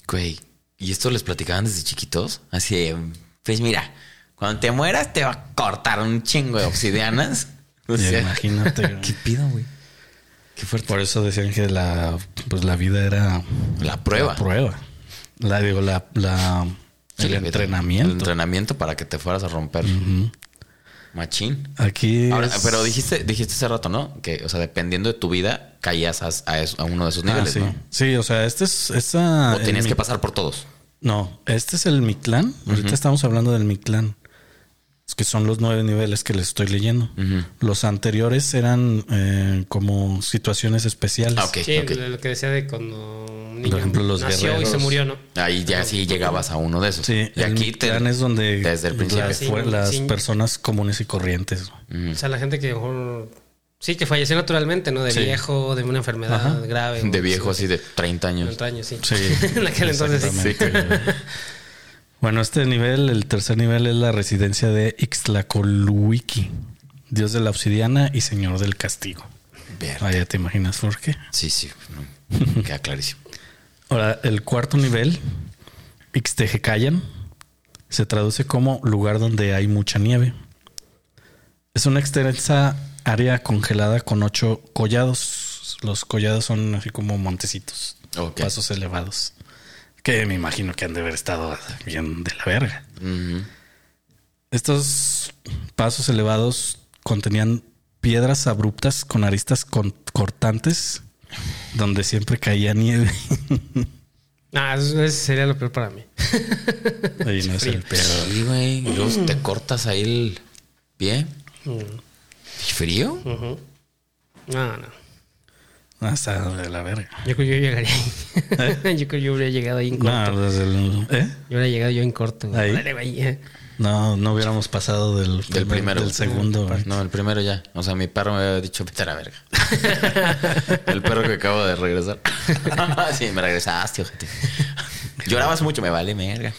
A: Güey, ¿y esto les platicaban desde chiquitos? Así de, pues mira, cuando te mueras te va a cortar un chingo de obsidianas. O
C: Y
A: sea,
C: imagínate. güey.
A: ¿Qué pido, güey? Qué fuerte.
C: Por eso decían que la, pues la vida era
A: La prueba.
C: La prueba. La digo, la, la-
A: Sí,
C: el
A: la vida. El
C: entrenamiento.
A: entrenamiento para que te fueras a romper. Machín.
C: Aquí.
A: Ahora,
C: es-
A: pero dijiste, dijiste hace rato, ¿no? Que, o sea, dependiendo de tu vida, caías a, a eso- a uno de esos
C: Ah,
A: niveles,
C: sí.
A: ¿no?
C: Sí, o sea, este es.
A: O
C: Esta,
A: tenías
C: el
A: que
C: Mi-
A: pasar por todos.
C: No, este es el Mictlán. Ahorita estamos hablando del Mictlán. Es que son los nueve niveles que les estoy leyendo. Los anteriores eran eh, como situaciones especiales.
A: Ah, ok,
B: Sí,
A: ok.
B: lo que decía de cuando un niño
C: Por ejemplo, los
B: nació
C: guerreros.
B: y se murió, ¿no?
A: Ahí ya sí llegabas a uno de esos.
C: Sí,
A: y
C: el
A: aquí te
C: Mictlán es donde
A: desde el principio.
C: las,
B: Sí,
C: fue- las
B: sí.
C: personas comunes y corrientes. güey.
B: O sea, la gente que mejor... Sí, que falleció naturalmente, ¿no? De
C: Sí.
B: viejo, de una enfermedad
C: Ajá.
B: grave.
A: de viejo así de 30 años.
B: años, sí.
C: Sí,
B: en aquel entonces sí.
C: exactamente, güey. Bueno, este nivel, el tercer nivel, es la residencia de Ixtlacoluiqui, dios de la obsidiana y señor del castigo.
A: Ver-
C: Ah, ya te imaginas por qué.
A: Sí, sí. no, Queda clarísimo.
C: Ahora, el cuarto nivel, Ixtejecayan, se traduce como lugar donde hay mucha nieve. Es una extensa área congelada con ocho collados. Los collados son así como montecitos,
A: Ok.
C: pasos elevados, que me imagino que han de haber estado bien de la verga.
A: Ujú.
C: Estos pasos elevados contenían piedras abruptas con aristas con- cortantes, donde siempre caía nieve.
B: Ah, eso eso sería lo peor para mí.
C: Ahí no es el pedo.
A: Sí, güey.
C: Mm.
A: Luego te cortas ahí el pie. ¿Y ¿Frío?
B: Ujú. No, no.
C: Hasta Ah, de la verga.
B: Yo creo que yo llegaría
C: ¿Eh?
B: ahí. yo creo que yo hubiera llegado ahí en corto.
C: No, desde el- ¿eh?
B: Yo hubiera llegado yo en corto. güey.
C: Ahí.
B: Órale, güey, eh.
C: no, no hubiéramos pasado del,
A: Del primero.
C: del segundo. eh. güey.
A: No, el primero ya. O sea, mi perro me había dicho, vete a la verga. el perro que acabo de regresar. sí, me regresaste, ojete. Llorabas mucho, me vale, verga.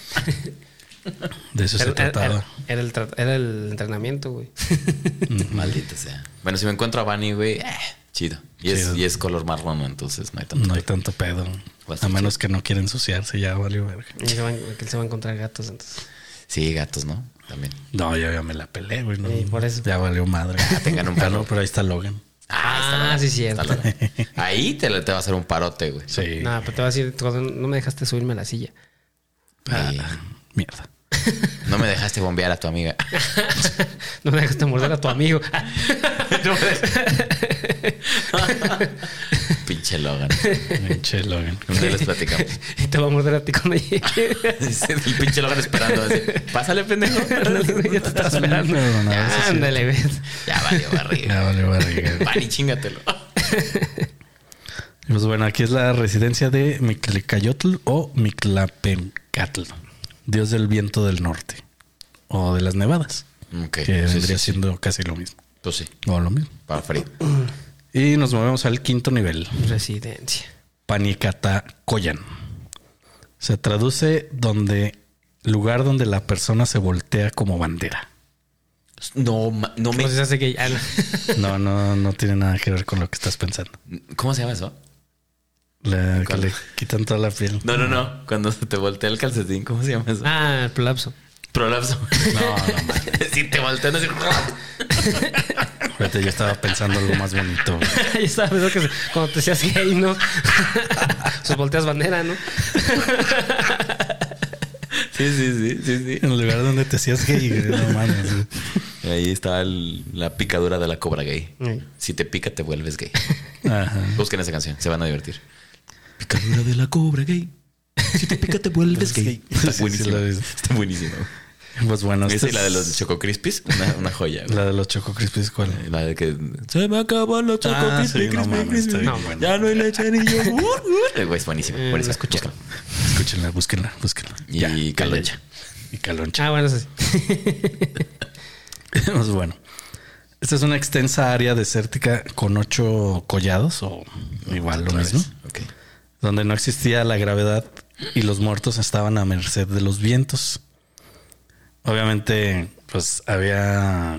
C: De eso Pues se
B: Era, era-
C: trataba.
B: era el, tra- era el entrenamiento, güey.
C: Mm.
A: Maldita sea. Bueno, si me encuentro a Bunny, güey, eh, chido. Y es,
C: Chido. Mm.
A: y es color marrón, entonces no hay tanto.
C: No hay tanto pedo. A
A: Bastante.
C: menos que no quiera ensuciarse, ya valió verga.
B: Y se van- que él se va a encontrar gatos, entonces.
A: Sí, gatos, ¿no? También.
C: No, yo ya me la peleé, güey. no.
B: Sí, por eso.
C: Ya valió madre.
A: tengan un
C: Ah,
A: palo.
C: no, pero ahí está Logan.
B: Ah, sí, cierto.
A: está loco. Ahí te, te va a hacer un parote, güey.
C: Sí.
B: Nada, pero pues te vas a decir, "Tú no me dejaste subirme a la silla.
C: Ah,
A: Sí.
C: mierda.
A: No me dejaste bombear a tu amiga.
B: No me dejaste morder a tu amigo.
A: Pinche Logan.
C: Pinche Logan.
A: Un día les platicamos.
B: y te va a morder a ti cuando llegue.
A: El pinche Logan esperando. así, Pásale, pendejo.
B: ya te estaba esperando.
C: Ah, No, no, a veces sí.
B: Ándale, ves.
A: Ya valió
C: Ya
A: barriga.
C: valió verga.
A: Van y chingatelo.
C: Y Pues bueno, aquí es la residencia de Mictlecayotl o Mictlapencatl, dios del viento del norte o de las nevadas,
A: Ok.
C: que
A: sí,
C: vendría
A: sí, sí.
C: siendo casi lo mismo
A: Pues sí,
C: o lo mismo.
A: para frío.
C: Y nos movemos al quinto nivel,
B: Residencia.
C: Panicatacoyan. Se traduce donde lugar donde la persona se voltea como bandera.
A: No, ma- no me.
B: Pues se hace que ya- ah, no.
C: No, no, no tiene nada que ver con lo que estás pensando.
A: ¿Cómo se llama eso?
C: La- que le quitan toda la piel.
A: No, no, no. Cuando se te voltea el calcetín, ¿cómo se llama eso?
B: Ah, el prolapso.
A: Prolapso. No, no. si te voltean así.
C: Fíjate, yo estaba pensando algo más bonito. güey.
B: Yo estaba pensando que se- cuando te seas gay, ¿no? Sus volteas bandera, ¿no?
A: Sí, sí, sí, sí,
C: En el lugar donde te hacías gay, güey, no mames. güey.
A: sí. Ahí está el- la picadura de la cobra gay.
B: Sí.
A: Si te pica, te vuelves gay.
C: Ajá.
A: Busquen esa canción, se van a divertir. Picadura de la cobra gay. Si te pica, te vuelves gay. pues Está
C: Sí, sí,
A: buenísimo.
C: lo he visto.
A: Está buenísimo.
C: Pues bueno,
A: Esa
C: esta
A: y la de
C: es-
A: los Choco Crispies, una, una joya. güey.
C: La de los Choco Crispies, ¿cuál?
A: La de que se me acaban los Choco
C: Ah,
A: Crispy,
C: sí, no
A: Crispy,
C: mames,
A: Crispy.
C: está bien
A: No,
C: bueno.
A: Ya no hay leche ni yogur. Eh, güey, Es buenísimo.
B: "Uh, Eh,
A: buenísimo.
B: no escucharon.
A: Búscalo.
C: Escúchenla, búsquenla, búsquenla.
A: Y caloncha.
C: Y caloncha.
B: Ah, bueno, eso sí.
C: Pues bueno. Esta es una extensa área desértica con ocho collados o igual lo
A: Otra
C: mismo,
A: vez. Ok.
C: donde no existía la gravedad y los muertos estaban a merced de los vientos. Obviamente, pues había.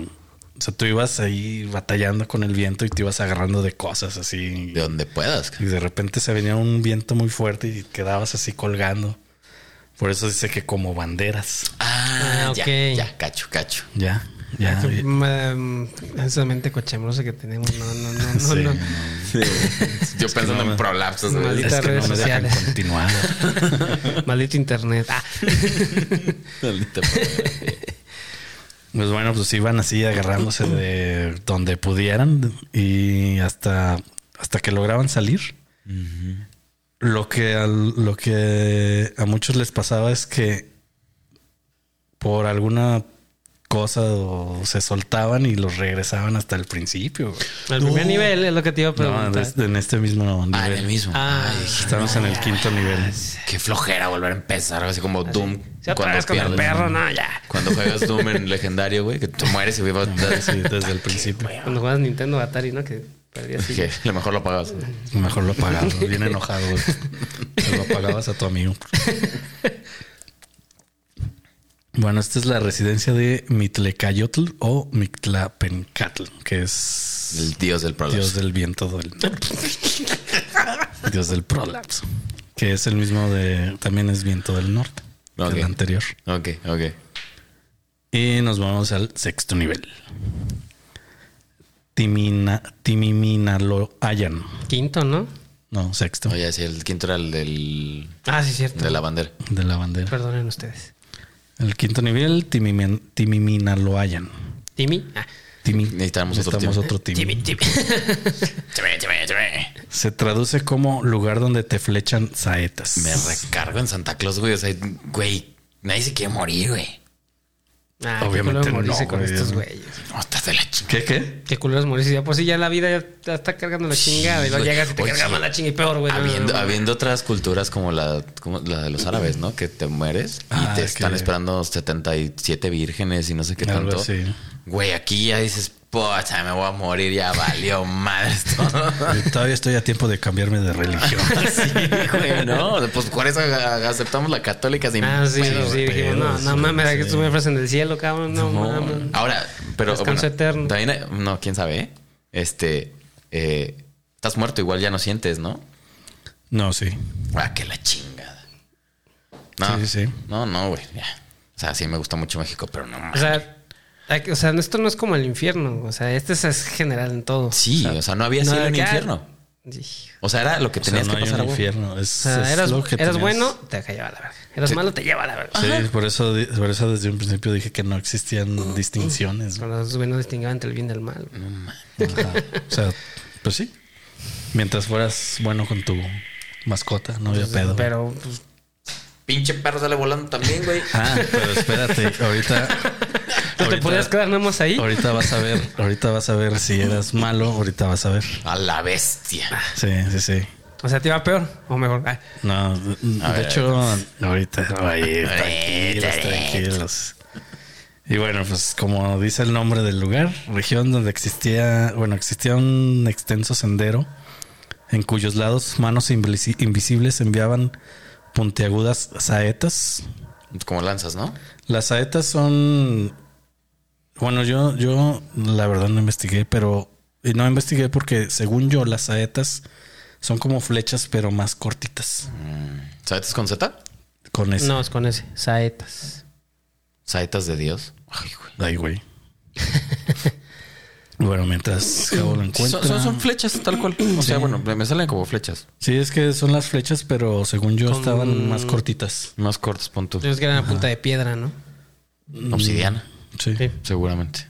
C: O sea, tú ibas ahí batallando con el viento y te ibas agarrando de cosas así.
A: De donde puedas.
C: Y de repente se venía un viento muy fuerte y quedabas así colgando. Por eso dice que como banderas.
A: Ah,
B: Ah,
A: ya,
B: ok.
A: ya, cacho, cacho.
C: Ya, ya.
B: Mm, em, Solamente cochambrosa que tenemos. No, no, no, no.
C: Sí,
B: no.
C: no.
A: Yo pensando
C: no,
A: en prolapsos.
B: no,
A: güey.
C: Es que
B: redes
C: no me dejan
B: sociales.
C: continuar.
B: Maldito internet. Ah,
A: Maldita
C: Pues bueno, pues iban así agarrándose de donde pudieran y hasta, hasta que lograban salir. Lo que al- lo que a muchos les pasaba es que por alguna cosa o se soltaban y los regresaban hasta el principio. güey.
B: el primer nivel es lo que te iba a
C: No,
B: preguntar.
C: en este- en este mismo nivel.
A: Ah, en el mismo.
B: Ah.
A: Ay, dije,
C: Estamos en el quinto nivel.
A: qué flojera volver a empezar. Así como
B: Ah,
A: Doom.
B: Ya otra vez con el
A: pierdes.
B: perro, no, ya.
A: Cuando juegas Doom en legendario, güey, que te mueres y güey, vas a
C: Sí, desde el principio.
B: Cuando juegas Nintendo Atari, ¿no? Que perdías.
A: que a lo mejor lo pagas.
C: Mejor lo apagabas, bien enojado. güey. Se Lo apagabas a tu amigo. Bueno, esta es la residencia de Mitlecayotl o Mictlapencatl, que es
A: El dios del prolapso.
C: dios del viento del dios del prolapso, que es el mismo de también es viento del norte,
A: Ok.
C: el anterior.
A: Ok, ok.
C: Y nos vamos al sexto nivel. Timina, Timiminaloayan.
B: Quinto, ¿no?
C: No, sexto.
A: Oye, sí, el quinto era el del,
B: Ah, sí, cierto.
A: de la bandera.
C: De la bandera.
B: Perdonen ustedes.
C: El quinto nivel, Timimen- Timiminaloayan.
B: Timmy. Ah,
C: Timi.
A: Necesitamos otro
C: Necesitamos
A: Timi.
C: otro Timi.
B: Timmy, Timmy.
A: Chame, chame, chame.
C: Se traduce como lugar donde te flechan saetas.
A: Me recargo en Santa Claus, güey. O sea, güey, nadie se quiere morir, güey.
B: Ah, qué
C: Obviamente
B: culero morirse
C: no,
B: con
C: güey.
B: estos güeyes.
A: No, estás de la chingada.
C: ¿Qué, qué?
B: Qué culeros morirse. Ya, pues sí, ya la vida ya te está cargando la chingada. Y luego
A: güey.
B: llegas y te
A: Oye,
B: carga
A: sí.
B: más la chinga y peor, güey. No, no,
A: Habiendo,
B: no.
A: habiendo otras culturas como la, como la de los árabes, ¿no? Que te mueres y
C: Ah,
A: te
C: que-
A: están esperando 77 vírgenes y no sé qué
C: Algo
A: tanto.
C: así.
A: Güey, aquí ya dices, pocha, me voy a morir, ya valió madre todo.
C: Y Eh, Todavía estoy a tiempo de cambiarme de religión.
A: sí, güey, no. Pues por eso a- aceptamos la católica sin
B: Ah, sí,
A: pedo,
B: sí.
A: güey.
B: dije, no, no
C: sí,
B: mames, que
C: sí.
B: tú me ofreces en el cielo, cabrón. No,
A: No.
B: mames.
A: Ahora, pero
B: Descanso eterno.
A: También hay- no, quién sabe. ¿eh? Este, eh, estás muerto, igual ya no sientes, ¿no?
C: No, sí.
A: Ah, que la chingada. No,
C: Sí, sí, sí.
A: No, no, güey. ya. O sea, sí me gusta mucho México, pero no.
B: O
A: mames.
B: sea, aquí- o sea, esto no es como el infierno. O sea, este es- es general en todo.
A: sí, o sea, no había
B: no,
A: sido
B: de
A: un
B: que, ah,
A: infierno.
B: Sí.
A: O sea, era lo que
C: O sea,
A: tenías
C: no
A: que
C: hay
A: pasar.
C: un
A: güey.
C: infierno.
B: O
C: Es,
B: sea,
C: es
B: eras,
C: lo que
B: eras
C: tenías.
B: bueno, te deja llevar a la verga. Eras malo, te lleva a la verga.
C: Sí, por eso, di- por eso desde un principio dije que no existían distinciones.
B: Pero los güeyes no distinguían entre el bien y el mal. güey.
C: Ajá. O sea, pues sí. Mientras fueras bueno con tu mascota, no había pedo.
B: Pero pues,
A: Pinche perro sale volando también, güey.
C: Ah, pero espérate,
B: no
C: ahorita.
B: te
C: ahorita-
B: podías quedar nada más ahí.
C: Ahorita vas a ver, ahorita vas a ver si eras malo, ahorita vas a ver.
A: A la bestia.
C: Sí, sí, sí.
B: O sea, te iba peor o mejor. Ah,
C: No, de
A: ver,
C: hecho, ahorita. Oye,
A: Ahorita,
C: tranquilos,
A: ahorita.
C: tranquilos. Y bueno, pues como dice el nombre del lugar, región donde existía, bueno, existía un extenso sendero en cuyos lados manos invisi- invisibles enviaban puntiagudas saetas
A: Como lanzas, ¿no?
C: Las saetas son. Bueno, yo, yo la verdad no investigué, pero. Y no investigué porque, según yo, las saetas son como flechas, pero más cortitas.
A: ¿Saetas con Z?
C: Con eso.
B: no, es con ese. Saetas.
A: Saetas de Dios. Ay, güey.
C: Ay, güey. bueno, mientras Javo lo encuentra.
A: Son, son- son flechas, tal cual. O sea, bueno, me me salen como flechas.
C: Sí, es que son las flechas, pero según yo, estaban más cortitas.
A: Más cortas, pon tú.
B: Yo creo que eran a punta de piedra, ¿no?
A: Obsidiana,
C: Mm, Sí.
B: Sí.
A: seguramente.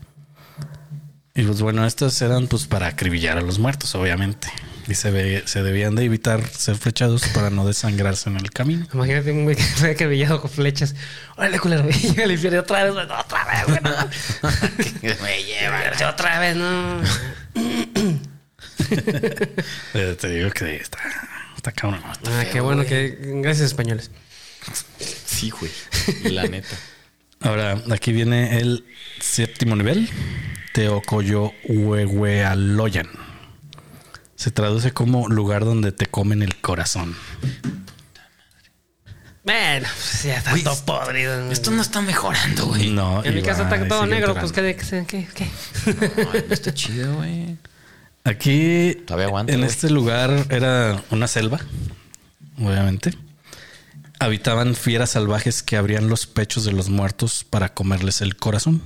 C: Y pues bueno, estas eran pues para acribillar a los muertos, obviamente. Y se, ve- se debían de evitar ser flechados para no desangrarse en el camino.
B: Imagínate un güey que se había cabellado con flechas. Órale, culero, y al infierno otra vez, güey, otra vez, güey. no.
A: Me lleva.
B: Pero otra vez, no.
C: Eh, Te digo que está, está cabrón.
B: Ah, qué bueno que. Gracias, españoles.
A: Sí, güey. La neta.
C: Ahora, aquí viene el séptimo nivel, Teocoyo Huehuealoyan. Se traduce como lugar donde te comen el corazón.
B: Bueno, pues ya está
D: Güey,
B: todo
D: esto-
B: podrido.
D: Esto no está mejorando, güey.
C: No,
B: En mi
C: y
B: casa
C: va
B: está
C: y
B: todo
C: sigue
B: negro,
C: entrando.
B: pues qué, qué, qué, qué?
D: No, no está chido, güey.
C: Aquí,
A: Todavía aguanta,
C: en
A: güey.
C: este lugar era una selva, obviamente. Habitaban fieras salvajes que abrían los pechos de los muertos para comerles el corazón.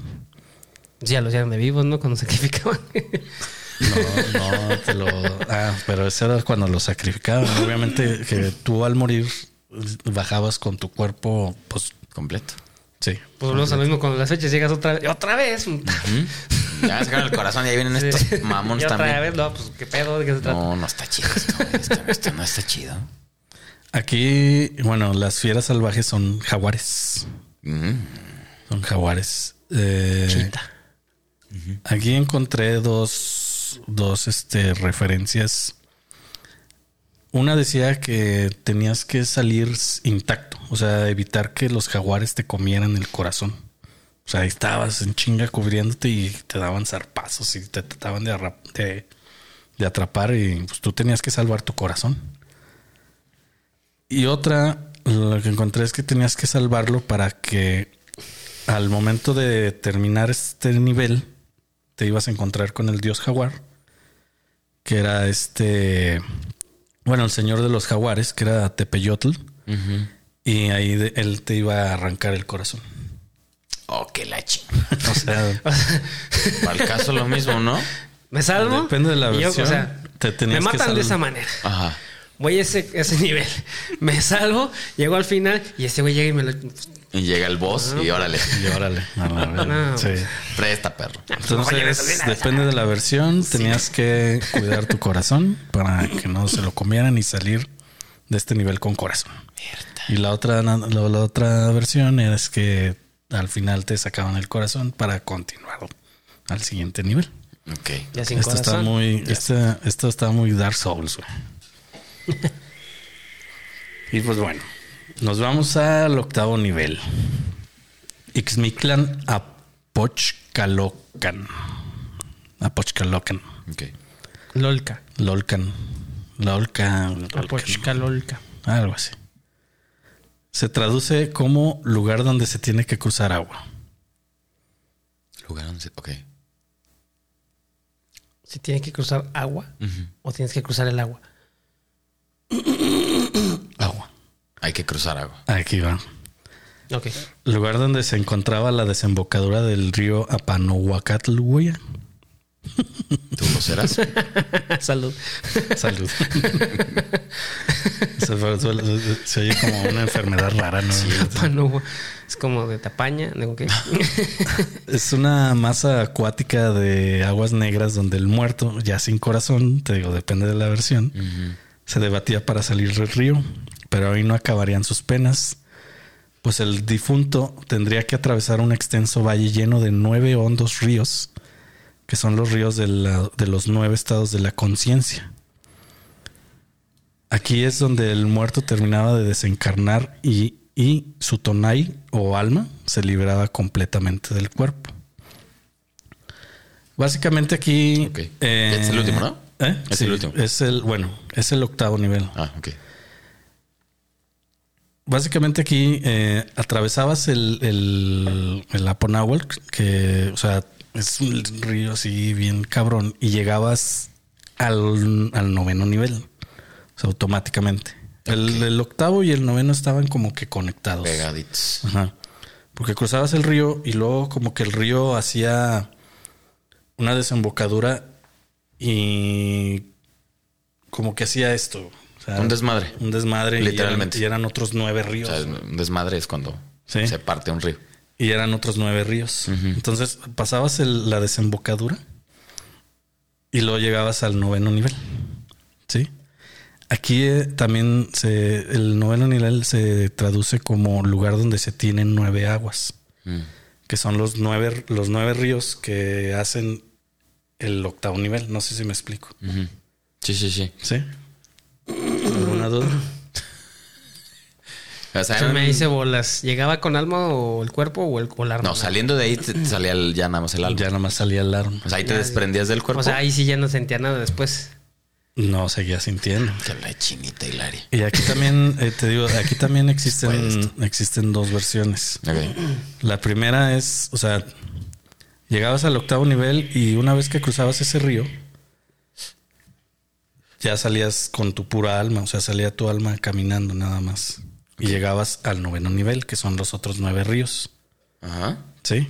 B: Pues, Ya los eran de vivos, ¿no? Cuando sacrificaban. Pues,
C: No, no, te lo. Ah, pero eso era cuando lo sacrificaban. Obviamente que tú al morir bajabas con tu cuerpo, pues
A: Completo.
C: sí.
B: Pues volvemos a lo mismo cuando las fechas llegas otra vez. ¡Otra vez!
A: Ya me sacaron el corazón y ahí vienen estos mamones
B: Y otra
A: también.
B: vez, no, pues qué pedo, de qué se trata.
A: No, no está chido esto, güey. esto. Esto no está chido.
C: Aquí, bueno, las fieras salvajes son jaguares.
A: Mm.
C: Son jaguares. Eh, Aquí encontré dos, dos este, referencias. Una decía que tenías que salir s- intacto, o sea, evitar que los jaguares te comieran el corazón. O sea, ahí estabas en chinga cubriéndote y te daban zarpazos y te trataban de, arra- de- de atrapar y pues tú tenías que salvar tu corazón. Y otra, lo que encontré es que tenías que salvarlo para que al momento de terminar este nivel, te ibas a encontrar con el dios jaguar, que era este, bueno, el señor de los jaguares, que era Tepeyotl, y ahí de- él te iba a arrancar el corazón.
A: Oh, qué la chi-
C: O sea,
A: Para el caso lo mismo, ¿no?
B: ¿Me salvo?
C: depende de la
B: Y yo,
C: versión.
B: o sea,
C: te
B: me
C: tenías que
B: matan de
C: salvar.
B: esa manera.
A: Ajá.
B: Voy a ese, a ese nivel. Me salvo, llego al final y ese güey llega y me lo.
A: Y llega el boss y órale,
C: Y órale, a la verga.
B: No.
C: Sí.
A: presta perro.
C: Entonces, depende de la versión, tenías que cuidar tu corazón para que no se lo comieran y salir de este nivel con corazón. Y la otra, la, la otra versión es que al final te sacaban el corazón para continuar al siguiente nivel.
A: Ok.
B: Ya sin
C: Esto Este está
B: corazón.
C: muy, esta- esto está muy Dark Souls, güey. y pues bueno, nos vamos al octavo nivel. Ixmiclan Apochcalocan. Apochcalocan.
A: Ok.
B: Lolca.
C: Lolcan. Lolca. Lolcan.
B: Apochca Lolca.
C: Algo así. Se traduce como lugar donde se tiene que cruzar agua.
A: Lugar donde se- Ok.
B: Si tienes que cruzar agua o tienes que cruzar el agua.
C: Agua.
A: Hay que cruzar agua.
C: Aquí va.
B: Ok.
C: Lugar donde se encontraba la desembocadura del río Apanohuacatl, güey.
A: ¿Tú lo serás?
B: Salud.
C: Salud. se, fue- se- se oye como una enfermedad rara, ¿no?
B: Panúa. Es como de tapaña. Digo que.
C: Es una masa acuática de aguas negras donde el muerto, ya sin corazón, te digo, depende de la versión, se debatía para salir del río, pero ahí no acabarían sus penas. Pues el difunto tendría que atravesar un extenso valle lleno de nueve hondos ríos, que son los ríos de, la- de los nueve estados de la conciencia. Aquí es donde el muerto terminaba de desencarnar y, y su tonai o alma se liberaba completamente del cuerpo. Básicamente aquí...
A: Ok. Es el último, ¿no?
C: ¿Eh?
A: Es
C: Sí,
A: el último.
C: Es el, bueno, es el octavo nivel.
A: Ah, ok.
C: Básicamente aquí eh, atravesabas el, el, el Aponahualc, que, o sea, es un río así bien cabrón, y llegabas al, al noveno nivel, o sea, automáticamente. El, el octavo y el noveno estaban como que conectados.
A: Pegaditos.
C: Ajá. Porque cruzabas el río y luego como que el río hacía una desembocadura y como que hacía esto. O sea,
A: Un desmadre.
C: Un desmadre. y eran-
A: Literalmente.
C: Y eran, otros nueve
A: O
C: ríos.
A: sea, un desmadre es cuando
C: Sí.
A: se parte un río.
C: y eran otros nueve ríos. Entonces pasabas el- la desembocadura y luego llegabas al noveno nivel. Sí. Aquí eh, también se, el noveno nivel se traduce como lugar donde se tienen nueve aguas,
A: Mm.
C: que son los nueve, los nueve ríos que hacen el octavo nivel. No sé si me explico.
A: Ujú. Sí, sí, sí.
C: ¿Sí? ¿Alguna duda?
A: O sea, mm,
B: Se me
A: eran-
B: hice bolas. ¿Llegaba con alma o el cuerpo o el, o el arma?
A: No, saliendo de ahí te- salía el- ya nada más el alma.
C: Ya nomás salía el arma.
A: O sea, ahí te desprendías del cuerpo.
B: O sea, ahí sí ya no sentía nada después.
C: no seguía sintiendo.
D: Que habla de chinita, Hilaria.
C: Y aquí también, eh, te digo, aquí también
D: Puede
C: existen, existen dos versiones.
A: Ok.
C: La primera es, o sea, llegabas al octavo nivel y una vez que cruzabas ese río, ya salías con tu pura alma, o sea, salía tu alma caminando nada más. Y llegabas al noveno nivel, que son los otros nueve ríos.
A: Ajá.
C: ¿Sí?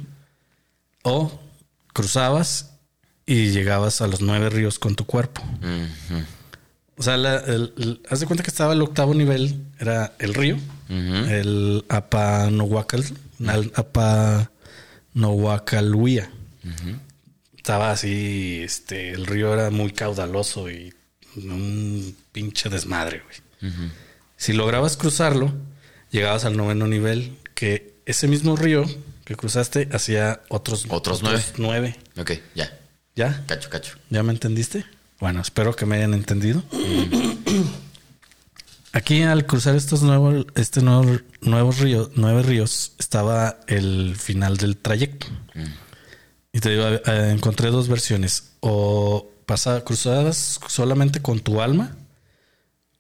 C: O cruzabas y llegabas a los nueve ríos con tu cuerpo.
A: Ujú.
C: O sea, la- el- el- haz de cuenta que estaba el octavo nivel, era el río,
A: Ujú.
C: el Apanohuacal, al- Apanohuacalhuía. Estaba así, este, el río era muy caudaloso y un pinche desmadre, güey. Si lograbas cruzarlo, llegabas al noveno nivel, que ese mismo río que cruzaste hacía otros,
A: Otros nueve.
C: nueve.
A: Ok, ya.
C: ¿Ya?
A: Cacho, cacho.
C: ¿Ya me entendiste? Bueno, espero que me hayan entendido. Aquí al cruzar estos nuevos, este nuevo, nuevos ríos, nueve ríos, estaba el final del trayecto. Y te digo, eh, encontré dos versiones. O pasaba, cruzabas solamente con tu alma,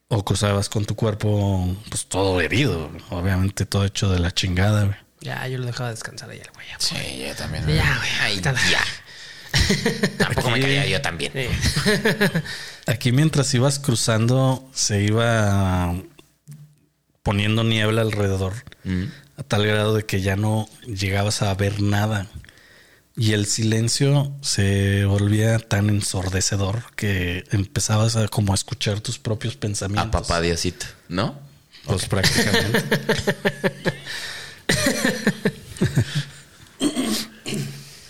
C: o cruzabas con tu cuerpo, pues todo herido, obviamente todo hecho de la chingada. güey.
B: Ya, yo lo dejaba descansar ayer, güey. Ya,
D: Sí, yo también.
B: güey. Ya, güey. Ahí está.
D: Tampoco me caía yo también.
B: Sí.
C: Aquí mientras ibas cruzando se iba poniendo niebla alrededor a tal grado de que ya no llegabas a ver nada y el silencio se volvía tan ensordecedor que empezabas a como a escuchar tus propios
A: A
C: pensamientos.
A: papá Diacito, ¿no?
C: Pues prácticamente.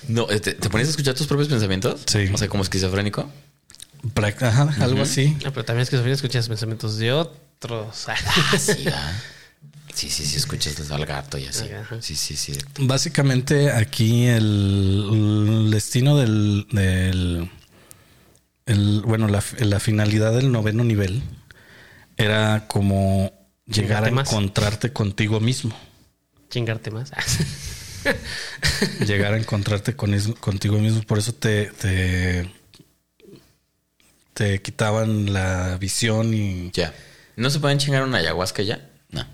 A: No, eh, ¿te, te ponías a escuchar tus propios pensamientos?
C: Sí.
A: O sea, como esquizofrénico.
C: Práct- ajá, algo así.
B: No, pero también es que Sofía escucha los pensamientos de otros.
A: Sí, ah. sí, sí, sí, escuchas al gato y así.
B: Ajá.
A: Sí, sí, sí.
C: Básicamente aquí el, el destino del, del- el- bueno, la, la finalidad del noveno nivel era como llegar a
B: Chingarte más.
C: encontrarte contigo mismo,
B: Chingarte más. Ah.
C: llegar a encontrarte con, is- contigo mismo. Por eso te, te, te quitaban la visión y
A: Ya. ¿No se pueden chingar una ayahuasca ya? No.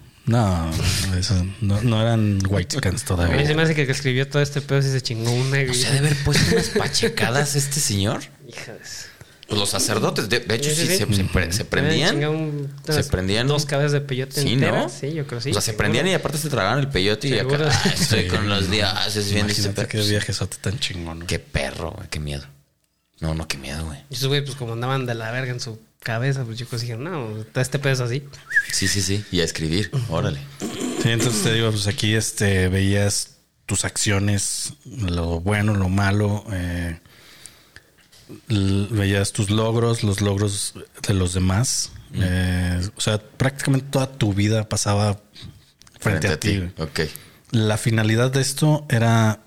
C: no, eso- no, no eran white
B: A mí se
C: todavía.
B: me hace que el que escribió todo este pedo sí se chingó una.
A: O
B: güey.
A: sea, de haber puesto Pues, unas pachecadas este señor.
B: Hija de su-
A: Pues los sacerdotes, de, de hecho,
B: Sí,
A: sí,
B: sí, sí.
A: Se, se pre- se
B: Se
A: prendían.
B: un-
A: Se
B: unas
A: prendían.
B: Dos cabezas de peyote
A: Sí,
B: enteras.
A: ¿no?
B: Sí, yo creo sí.
A: o sea, se
B: seguro.
A: prendían y aparte se tragaban el peyote y acá.
B: Seguro.
A: "Ah, estoy con los dioses bien dice,
C: Imagínate qué
A: pero-
C: viajesote tan chingón. güey.
A: Qué perro, güey, qué miedo. No, no, qué miedo, güey.
B: Y esos güeyes, pues como andaban de la verga en su cabeza, pues yo creo que dijeron, no, está este pedo es así.
A: Sí, sí, sí. Y a escribir, órale.
C: Sí, entonces te digo, pues aquí este, veías tus acciones, lo bueno, lo malo, eh, l- veías tus logros, los logros de los demás. eh, o sea, prácticamente toda tu vida pasaba frente, a, ti.
A: Ok.
C: La finalidad de esto era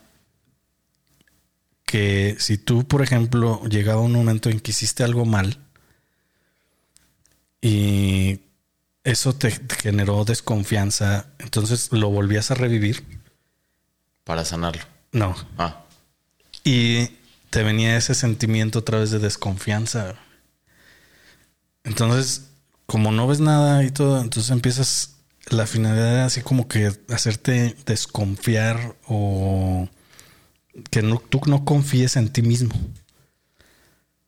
C: que si tú, por ejemplo, llegaba un momento en que hiciste algo mal y eso te te generó desconfianza, entonces lo volvías a revivir.
A: Para sanarlo.
C: No.
A: Ah,
C: Y te venía ese sentimiento otra vez de desconfianza. Entonces, como no ves nada y todo, entonces empiezas la finalidad era así como que hacerte desconfiar o que no, tú no confíes en ti mismo.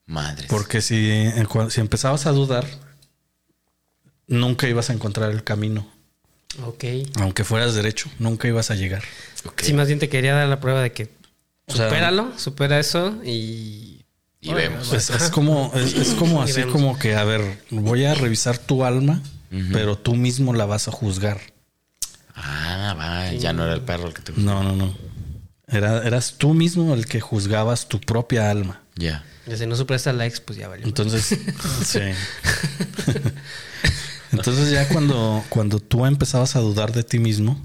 A: madre.
C: Porque si, en cua- si empezabas a dudar, nunca ibas a encontrar el camino.
B: Ok.
C: Aunque fueras derecho, nunca ibas a llegar.
B: Sí, más bien te quería dar la prueba de que
C: O sea,
B: supéralo, supera eso y.
A: Y vemos.
C: Pues es como, es, es como así,
B: Miremos.
C: como que, a ver, voy a revisar tu alma, pero tú mismo la vas a juzgar.
A: Ah, va, ya no era el perro el que te
C: No, no, no. Era, eras tú mismo el que juzgabas tu propia alma.
A: Ya.
B: y si no superas a la ex, pues ya valió.
C: Entonces, sí. Entonces ya cuando, cuando tú empezabas a dudar de ti mismo,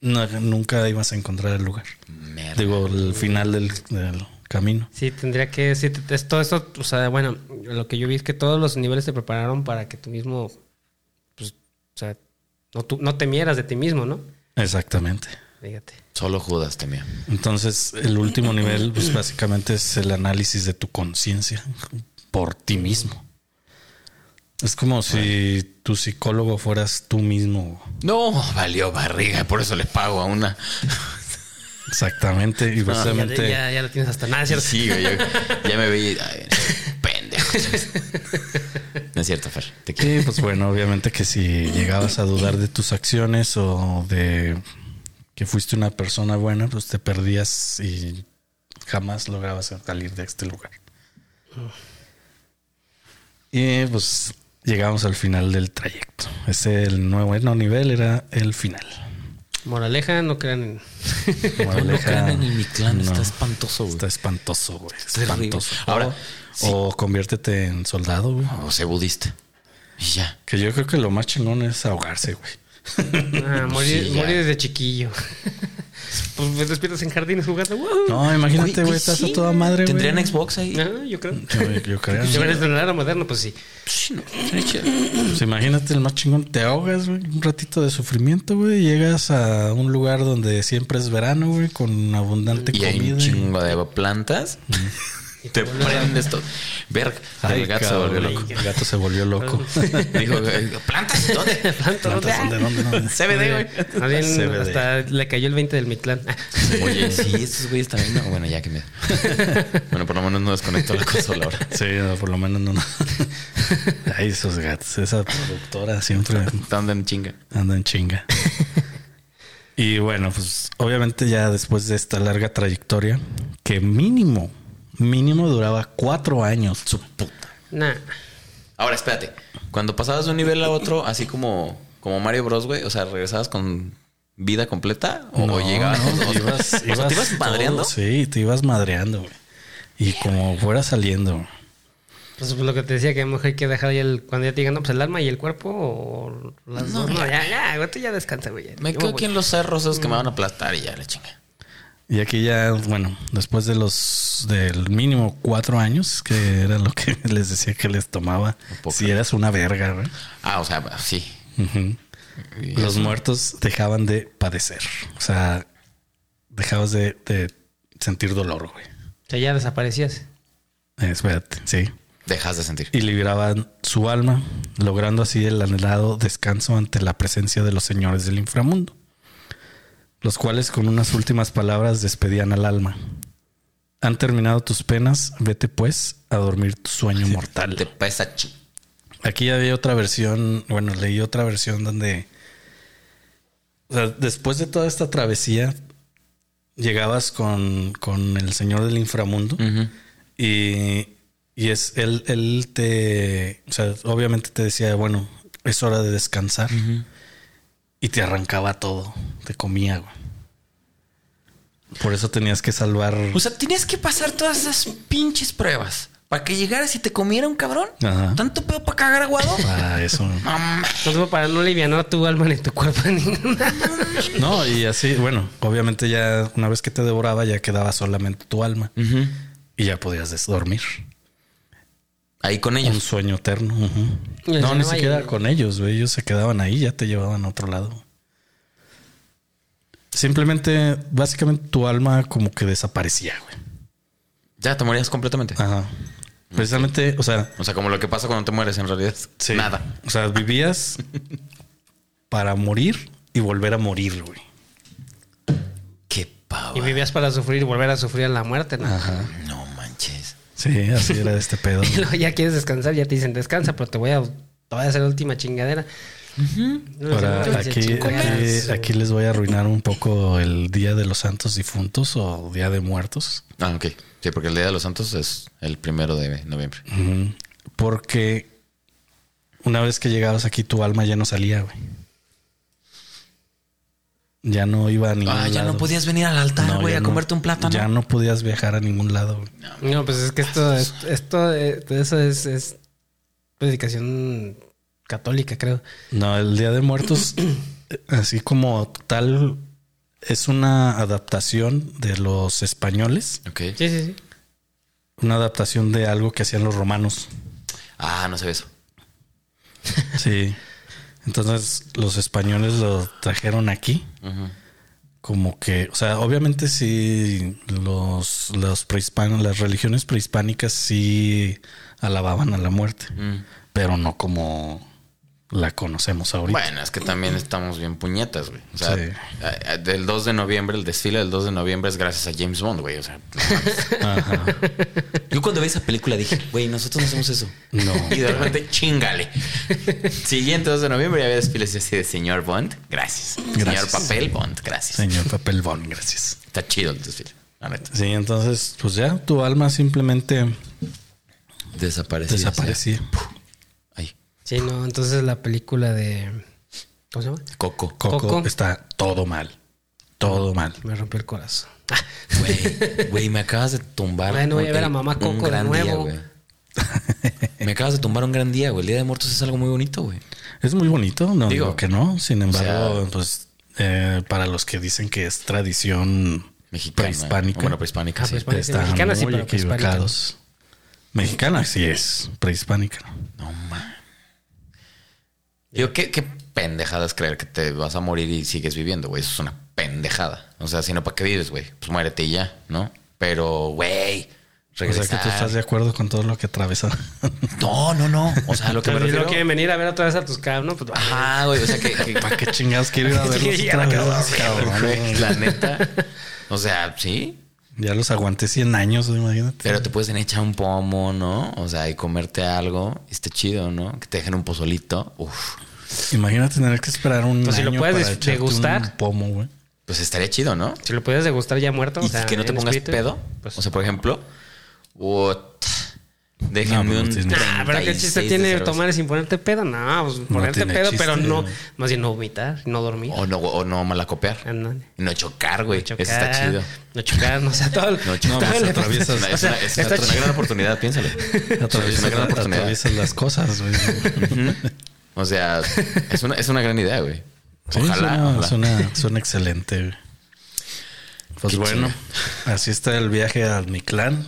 C: no- nunca ibas a encontrar el lugar.
A: Merda.
C: Digo, el final del, del camino.
B: Sí, tendría que. Sí, te- es todo esto. O sea, bueno, lo que yo vi es que todos los niveles te prepararon para que tú mismo. Pues, o sea, no, tú, no temieras de ti mismo, ¿no?
C: Exactamente.
B: Fíjate.
A: Solo Judas temía.
C: Entonces, el último nivel, pues básicamente es el análisis de tu conciencia por ti mismo. Es como si tu psicólogo fueras tú mismo.
A: No, valió barriga, por eso le pago a una.
C: Exactamente. Y
B: Ah,
A: Ah,
B: Ya,
C: precisamente.
B: ya, ya lo tienes hasta nada, ¿cierto?
A: Sí, güey, yo- ya me vi. ay, pendejo. No es cierto, Fer. Te quiero.
C: Sí, pues bueno, obviamente que si llegabas a dudar de tus acciones o de que fuiste una persona buena, pues te perdías y jamás lograbas salir de este lugar. Y pues llegamos al final del trayecto. Ese el nuevo no, nivel era el final.
B: Moraleja, no crean en.
D: No
C: Moraleja,
D: crean en el mi clan,
C: no.
D: está espantoso, güey.
C: Está espantoso, güey.
D: terrible. Oh,
C: Espantoso.
A: Ahora,
C: o, o conviértete en soldado, güey.
A: O sea, budista. Y ya.
C: Que yo creo que lo más chingón es ahogarse, güey.
B: Ah, morir,
A: Sí, ya.
B: morir desde chiquillo. pues me despiertas en jardines jugando. ¡Wow!
C: No, imagínate,
A: Güey,
C: güey,
A: que
C: estás
A: sí.
C: a toda madre, güey.
A: ¿Tendrían Xbox ahí?
B: Ah, yo creo.
C: Yo, yo creo.
B: Si eres de un era moderno, pues sí.
A: Sí, no, estaría chido.
C: Pues imagínate el más chingón, te ahogas, güey, un ratito de sufrimiento, güey, llegas a un lugar donde siempre es verano, güey, con abundante
A: Y hay un
C: comida. y-
A: chingo de plantas. Te prendes todo. Verga.
C: Ay,
A: el gato se volvió
C: cabrón,
A: loco.
C: El gato se volvió loco.
A: Dijo, ¿plantas? ¿Dónde?
C: Plantas, ¿dónde, dónde, dónde?
A: CBD, güey.
B: Más bien,
C: CBD.
B: hasta le cayó el 20 del Mictlán.
A: Oye, sí, esos güeyes también. No, Ah, bueno, ya que me. Bueno, por lo menos no desconectó la consola ahora.
C: Sí, no, por lo menos no. no. Ay, esos gatos, esa productora siempre
A: Están en chinga.
C: Anda en chinga. y bueno, pues obviamente ya después de esta larga trayectoria, que mínimo, mínimo duraba cuatro años. Su puta.
B: Nah.
A: Ahora, espérate. Cuando pasabas de un nivel a otro, así como, como Mario Bros, güey, o sea, regresabas con vida completa o llegabas.
C: no,
A: o-
C: ibas,
A: o sea,
C: ibas
A: te ibas madreando.
C: todo, sí, te ibas madreando, güey. Y como fuera saliendo.
B: Pues pues, lo que te decía, que a lo mejor hay que dejar ya el. Cuando ya te digan, no, pues el alma y el cuerpo. O las dos. No, eh. ya, ya, güey, tú ya descansa, güey. ya.
A: Me
B: Yo
A: quedo
B: voy.
A: aquí en los cerros esos que me van a aplastar y ya la chinga.
C: Y aquí ya, bueno, después de los del mínimo cuatro años, que era lo que les decía que les tomaba,
A: poco.
C: si eras una verga, güey.
A: Ah, o sea, sí.
C: Ujú. Los muertos dejaban de padecer. O sea, dejabas de, de sentir dolor, güey.
B: O sea, ya desaparecías.
C: Eh, Espérate, sí.
A: Dejas de sentir.
C: Y liberaban su alma, logrando así el anhelado descanso ante la presencia de los señores del inframundo, los cuales con unas últimas palabras despedían al alma. Han terminado tus penas, vete pues a dormir tu sueño mortal.
A: Te pesa chi.
C: Aquí había otra versión, bueno, leí otra versión donde, o sea, después de toda esta travesía, llegabas con, con el señor del inframundo
A: Mm.
C: y, y es él, él te, o sea, obviamente te decía, bueno, es hora de descansar y te arrancaba todo, te comía, güey. Por eso tenías que salvar.
D: Pues,
A: O sea, tenías que pasar todas esas pinches pruebas para que llegaras y te comiera un cabrón.
C: Ajá.
A: Tanto pedo para cagar aguado.
C: Ah, eso.
A: Mamá.
B: Entonces, para no aliviar tu alma ni tu cuerpo ni nada.
C: No, y así, bueno, obviamente ya una vez que te devoraba ya quedaba solamente tu alma y ya podías des- dormir.
A: Ahí con
C: Un
A: ellos.
C: sueño eterno. ujú.
B: Y les
C: No, ni
B: llenaba
C: siquiera
B: y-
C: con ellos, güey. Ellos se quedaban ahí, ya te llevaban a otro lado. Simplemente, básicamente tu alma como que desaparecía, güey.
A: Ya te morías completamente.
C: Ajá. Precisamente, o sea,
A: O sea, como lo que pasa cuando te mueres en realidad.
C: sí.
A: Nada.
C: O sea, vivías para morir y volver a morir, güey.
A: Qué
B: Y
A: pavo.
B: vivías para sufrir y volver a sufrir a la muerte, ¿no?
A: No manches.
C: Sí, así era este pedo.
B: Y luego ya quieres descansar, ya te dicen descansa, pero te voy a, te voy a hacer la última chingadera. No,
C: Ahora,
B: no, no,
C: aquí, aquí,
B: chingaderas.
C: aquí les voy a arruinar un poco el Día de los Santos Difuntos o Día de Muertos,
A: Ah, ok. Sí, porque el Día de los Santos es el primero de noviembre.
C: porque una vez que llegabas aquí tu alma ya no salía, güey. Ya no iba a ningún
A: Ah, ya
C: lado.
A: no podías venir al
C: No,
A: altar,
C: ya
A: güey, a
C: no.
A: comerte un plátano.
C: Ya no podías viajar a ningún lado, güey.
B: No, pues es que esto, es- esto, eh, eso es, es predicación católica, creo.
C: No, el Día de Muertos, eh, así como tal, es una adaptación de los españoles,
A: Ok.
B: Sí, sí, sí.
C: una adaptación de algo que hacían los romanos.
A: Ah, no sé eso.
C: Sí. Entonces los españoles lo trajeron aquí. Como que, o sea, obviamente sí, los, los prehispanos, las religiones prehispánicas sí alababan a la muerte. pero no como la conocemos ahorita.
A: Bueno, es que también estamos bien puñetas, güey. O sea,
C: Sí.
A: a- a- del 2 de noviembre, el desfile del 2 de noviembre es gracias a James Bond, güey. O sea,
C: Ajá.
A: yo cuando vi esa película dije, güey, nosotros no hacemos eso.
C: No.
A: Y de repente, chingale. Siguiente 2 de noviembre ya había desfiles así de señor Bond, gracias. Señor
C: Gracias.
A: Papel Bond, gracias.
C: Señor Papel Bond, gracias.
A: Está chido el desfile, la neta.
C: Sí, entonces, pues ya tu alma simplemente
A: Desaparecía.
C: desaparecía.
A: Ay,
B: Sí, no, entonces la película de. ¿Cómo se llama?
A: Coco.
C: Coco,
B: Coco.
C: está todo mal. Todo mal.
B: Me rompió el corazón.
A: Güey, güey, me acabas de tumbar.
B: Bueno, voy a
A: un-
B: ver a
A: el-
B: mamá
A: un
B: Coco de
A: gran día,
B: nuevo.
A: güey. me acabas de tumbar un gran día, güey. El Día de Muertos es algo muy bonito, güey.
C: Es muy bonito, no
A: Digo,
C: digo, que no. Sin embargo,
A: sea,
C: pues eh, para los que dicen que es tradición
A: Mexicana.
C: prehispánica,
A: O Bueno, ¿eh? pues, prehispánica,
B: Ah,
A: sí.
B: prehispánica.
C: están
B: Mexicana sí,
C: muy
B: pero prehispánica,
C: equivocados. Mexicana sí es prehispánica.
A: No, man. Yo, ¿qué, qué pendejada es creer que te vas a morir y sigues viviendo, güey. Eso es una pendejada. O sea, si no, ¿para qué vives, güey? Pues muérete y ya, ¿no? Pero, güey, regresar.
C: O sea que tú estás de acuerdo con todo lo que atravesaron.
A: No, no, no. O sea, lo que me
B: Pero si
A: refiero...
B: no quieren venir a ver otra vez a tus cabros, ¿no? Pues va.
A: Ajá, güey. O sea, que... que-
C: ¿Para qué chingados quiero ir a verlos
B: Sí, ya
C: otra
B: la
C: vez,
A: cabrón,
C: cabrón?
A: güey, La neta. O sea, sí.
C: Ya los aguanté 100 años, imagínate.
A: Pero te puedes en echar un pomo, ¿no? O sea, y comerte algo. Está chido, ¿no? Que te dejen un pozolito. Uf.
C: Imagínate tener que esperar un
B: Pues si
C: año
B: lo puedes
C: para echarte
B: degustar.
C: un pomo, güey.
A: Pues estaría chido, ¿no?
B: Si lo pudieras degustar ya muerto.
A: Y
B: o sea,
A: que no te
B: en
A: pongas
B: espíritu,
A: pedo.
B: Pues,
A: o sea, por ejemplo, what?
C: No,
A: Déjenme
C: pues no
A: un.
C: tiene-
B: Ah, pero qué
A: 36
B: chiste
A: de
B: tiene
A: cerveza.
B: tomar sin ponerte pedo. No, pues ponerte
C: tiene
B: pedo,
C: chiste,
B: pero no,
C: güey.
B: más bien no vomitar, no dormir. Ah,
A: O no, o no malacopear.
B: Ándale.
A: No chocar, Oh, güey. Eso
B: chocar,
A: Está chido.
B: No chocar, no o sea, todo.
A: No chocar.
B: todo
A: No,
B: le-
A: pues, atraviesas-
B: o
A: Es
B: sea,
A: una, es una-
B: está
A: una
B: chido.
A: gran oportunidad, piénsalo. Es una
C: Atraviesas,
A: gran oportunidad.
C: atraviesas las cosas, güey.
A: O sea, es una, es una gran idea, güey.
C: Sí,
A: Ojalá.
C: suena,
A: ojalá.
C: Suena, suena excelente, güey. Pues
A: Qué
C: bueno, así está el viaje a mi clan.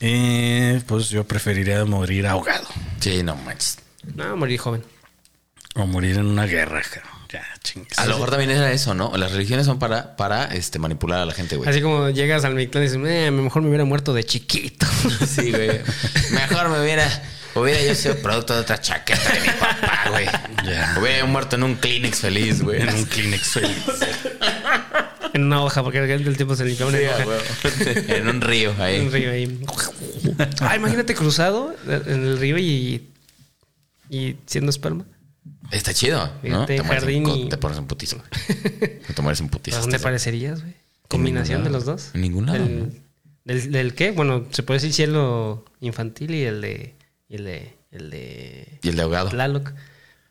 C: Y pues yo preferiría morir ahogado
A: Sí, no manches.
B: No, morir joven.
C: o morir en una guerra. cabrón. Ya, chingues.
A: A lo mejor también era eso, ¿no? Las religiones son para, para este, manipular a la gente, güey.
B: Así como llegas al Mictlán y dices, "Eh, a lo mejor me hubiera muerto de chiquito.
A: Sí, güey. Mejor me hubiera, hubiera yo sido producto de otra chaqueta de mi papá, güey.
C: Ya.
A: Hubiera yo muerto en un Kleenex feliz, güey.
C: En un Kleenex feliz.
B: en una hoja, porque el tiempo se limpiaba una
A: Sí,
B: hoja.
A: a huevo. en un río
B: En
A: ahí.
B: un río ahí. Ah, imagínate cruzado en el río y, y siendo esperma.
A: Está chido, ¿no?
B: Fíjate,
A: te, mueres en
B: este jardín
A: co-
B: y- Pues,
A: te pones en putísimo. Te mueres Este, en
B: ¿A
A: putísimo.
B: dónde parecerías, güey? Combinación de los dos.
A: En ningún lado,
B: Del, del, del qué? Bueno, se puede decir cielo infantil y el de. Y el de. El de.
A: Y el de ahogado.
B: Tlaloc.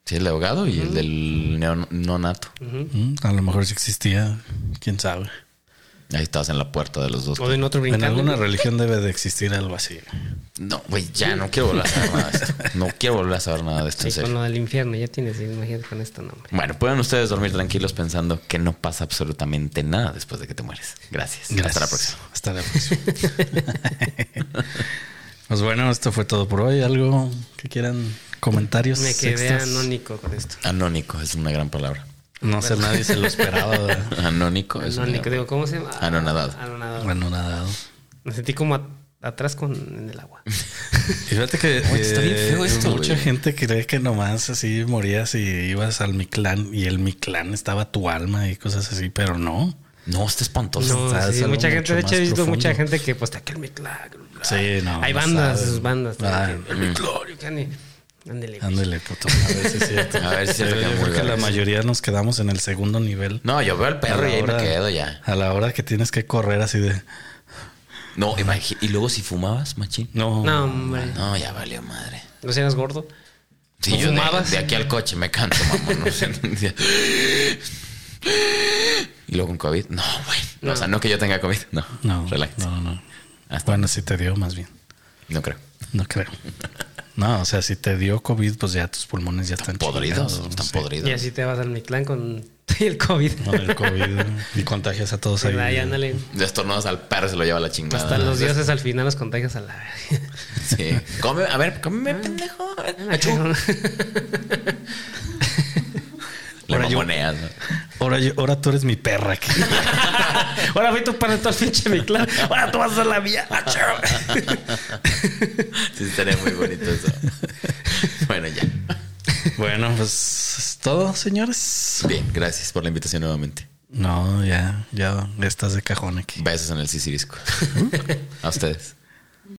A: Sí, el de ahogado y el del neon- neonato.
C: Mm, A lo mejor sí existía, quién sabe.
A: Ahí estabas en la puerta de los dos.
B: O en otro
C: En
B: brincando.
C: alguna religión debe de existir algo así.
A: No, güey, ya no quiero volver a saber nada de esto. No quiero volver a saber nada de esto, en
B: Sí,
A: serio.
B: con lo del infierno, ya tienes, imagínate con este nombre.
A: Bueno, pueden ustedes dormir tranquilos pensando que no pasa absolutamente nada después de que te mueres. Gracias. Hasta la próxima.
C: Hasta la próxima. pues bueno, esto fue todo por hoy. ¿Algo que quieran?
A: Pues
C: ¿Comentarios?
B: Me quedé
C: extras?
B: anónico con esto.
A: Anónico es una gran palabra.
C: No sé, nadie se lo esperaba. ¿verdad?
A: Anónico es una
B: Anónico,
A: gran-
B: digo, ¿cómo se llama?
A: Pues, Anonadado.
B: Anonadado.
C: Bueno, nada.
B: Me sentí como at- atrás con en el agua.
C: Y fíjate que
A: está bien
C: eh,
A: feo esto,
C: mucha
A: güey.
C: gente cree que nomás así morías y ibas al mi clan y el mi clan estaba tu alma y cosas así, pero no.
A: No, está espantoso.
B: No,
C: estás
B: sí,
C: algo
B: mucha gente,
C: mucho
B: de hecho, he
C: más
B: visto
C: profundo.
B: mucha gente que pues aquí el milagro.
C: Sí, no.
B: Hay
C: no
B: bandas,
C: sabes.
B: sus bandas.
C: Ah,
B: también, que, El Mictlán, que ni- Ándele. pues.
C: Ándale, puto. A ver si es cierto.
A: A ver si es cierto
C: Yo-
A: que
C: yo
A: muy
C: creo que
A: grave,
C: la
A: sí.
C: mayoría nos quedamos en el segundo nivel.
A: No, yo veo al perro
C: A
A: y
C: la
A: ahí me
C: hora-
A: quedo ya.
C: A la hora que tienes que correr así de.
A: No, imagi- Y luego si fumabas, machín.
C: No.
B: No, hombre.
A: No, ya valió madre.
B: No seas gordo.
A: Si
C: Pues
B: ¿No
A: yo de-
B: fumabas?
A: De, aquí al coche me canto, mamón. no sé. y luego con COVID. No, güey. No, O sea, no que yo tenga COVID. No.
C: No.
A: Relax. No,
C: No, no.
A: Hasta-
C: Bueno, sí te dio más bien.
A: creo.
C: No creo. No, o sea, si te dio COVID, pues ya tus pulmones ya están
A: Podridos.
C: chingados,
A: Están
C: sí.
A: podridos.
B: Y así te vas al Mictlán con el COVID.
C: No, Ah, el COVID. güey. y contagias a todos ahí.
B: Ahí, ándale.
A: Destornudas al perro se lo lleva la chingada.
B: Hasta los
A: Entonces,
B: dioses al final los contagias a la
A: Sí. Come, a ver, cómeme, pendejo. A
C: Ah,
A: ver, achú. Le
C: Ahora yo-
A: mamoneas, ¿no?
C: Ahora, yo- ahora tú eres mi perra. aquí.
B: Ahora fui tú para todo el pinche mi clan. Ahora tú vas a ser la mía. Ah, chao.
A: Sí, estaría muy bonito eso. Bueno, ya.
C: bueno, pues es todo, señores.
A: Bien, gracias por la invitación nuevamente.
C: No, ya, ya estás de cajón aquí.
A: Besos en el Sisirisco. A ustedes.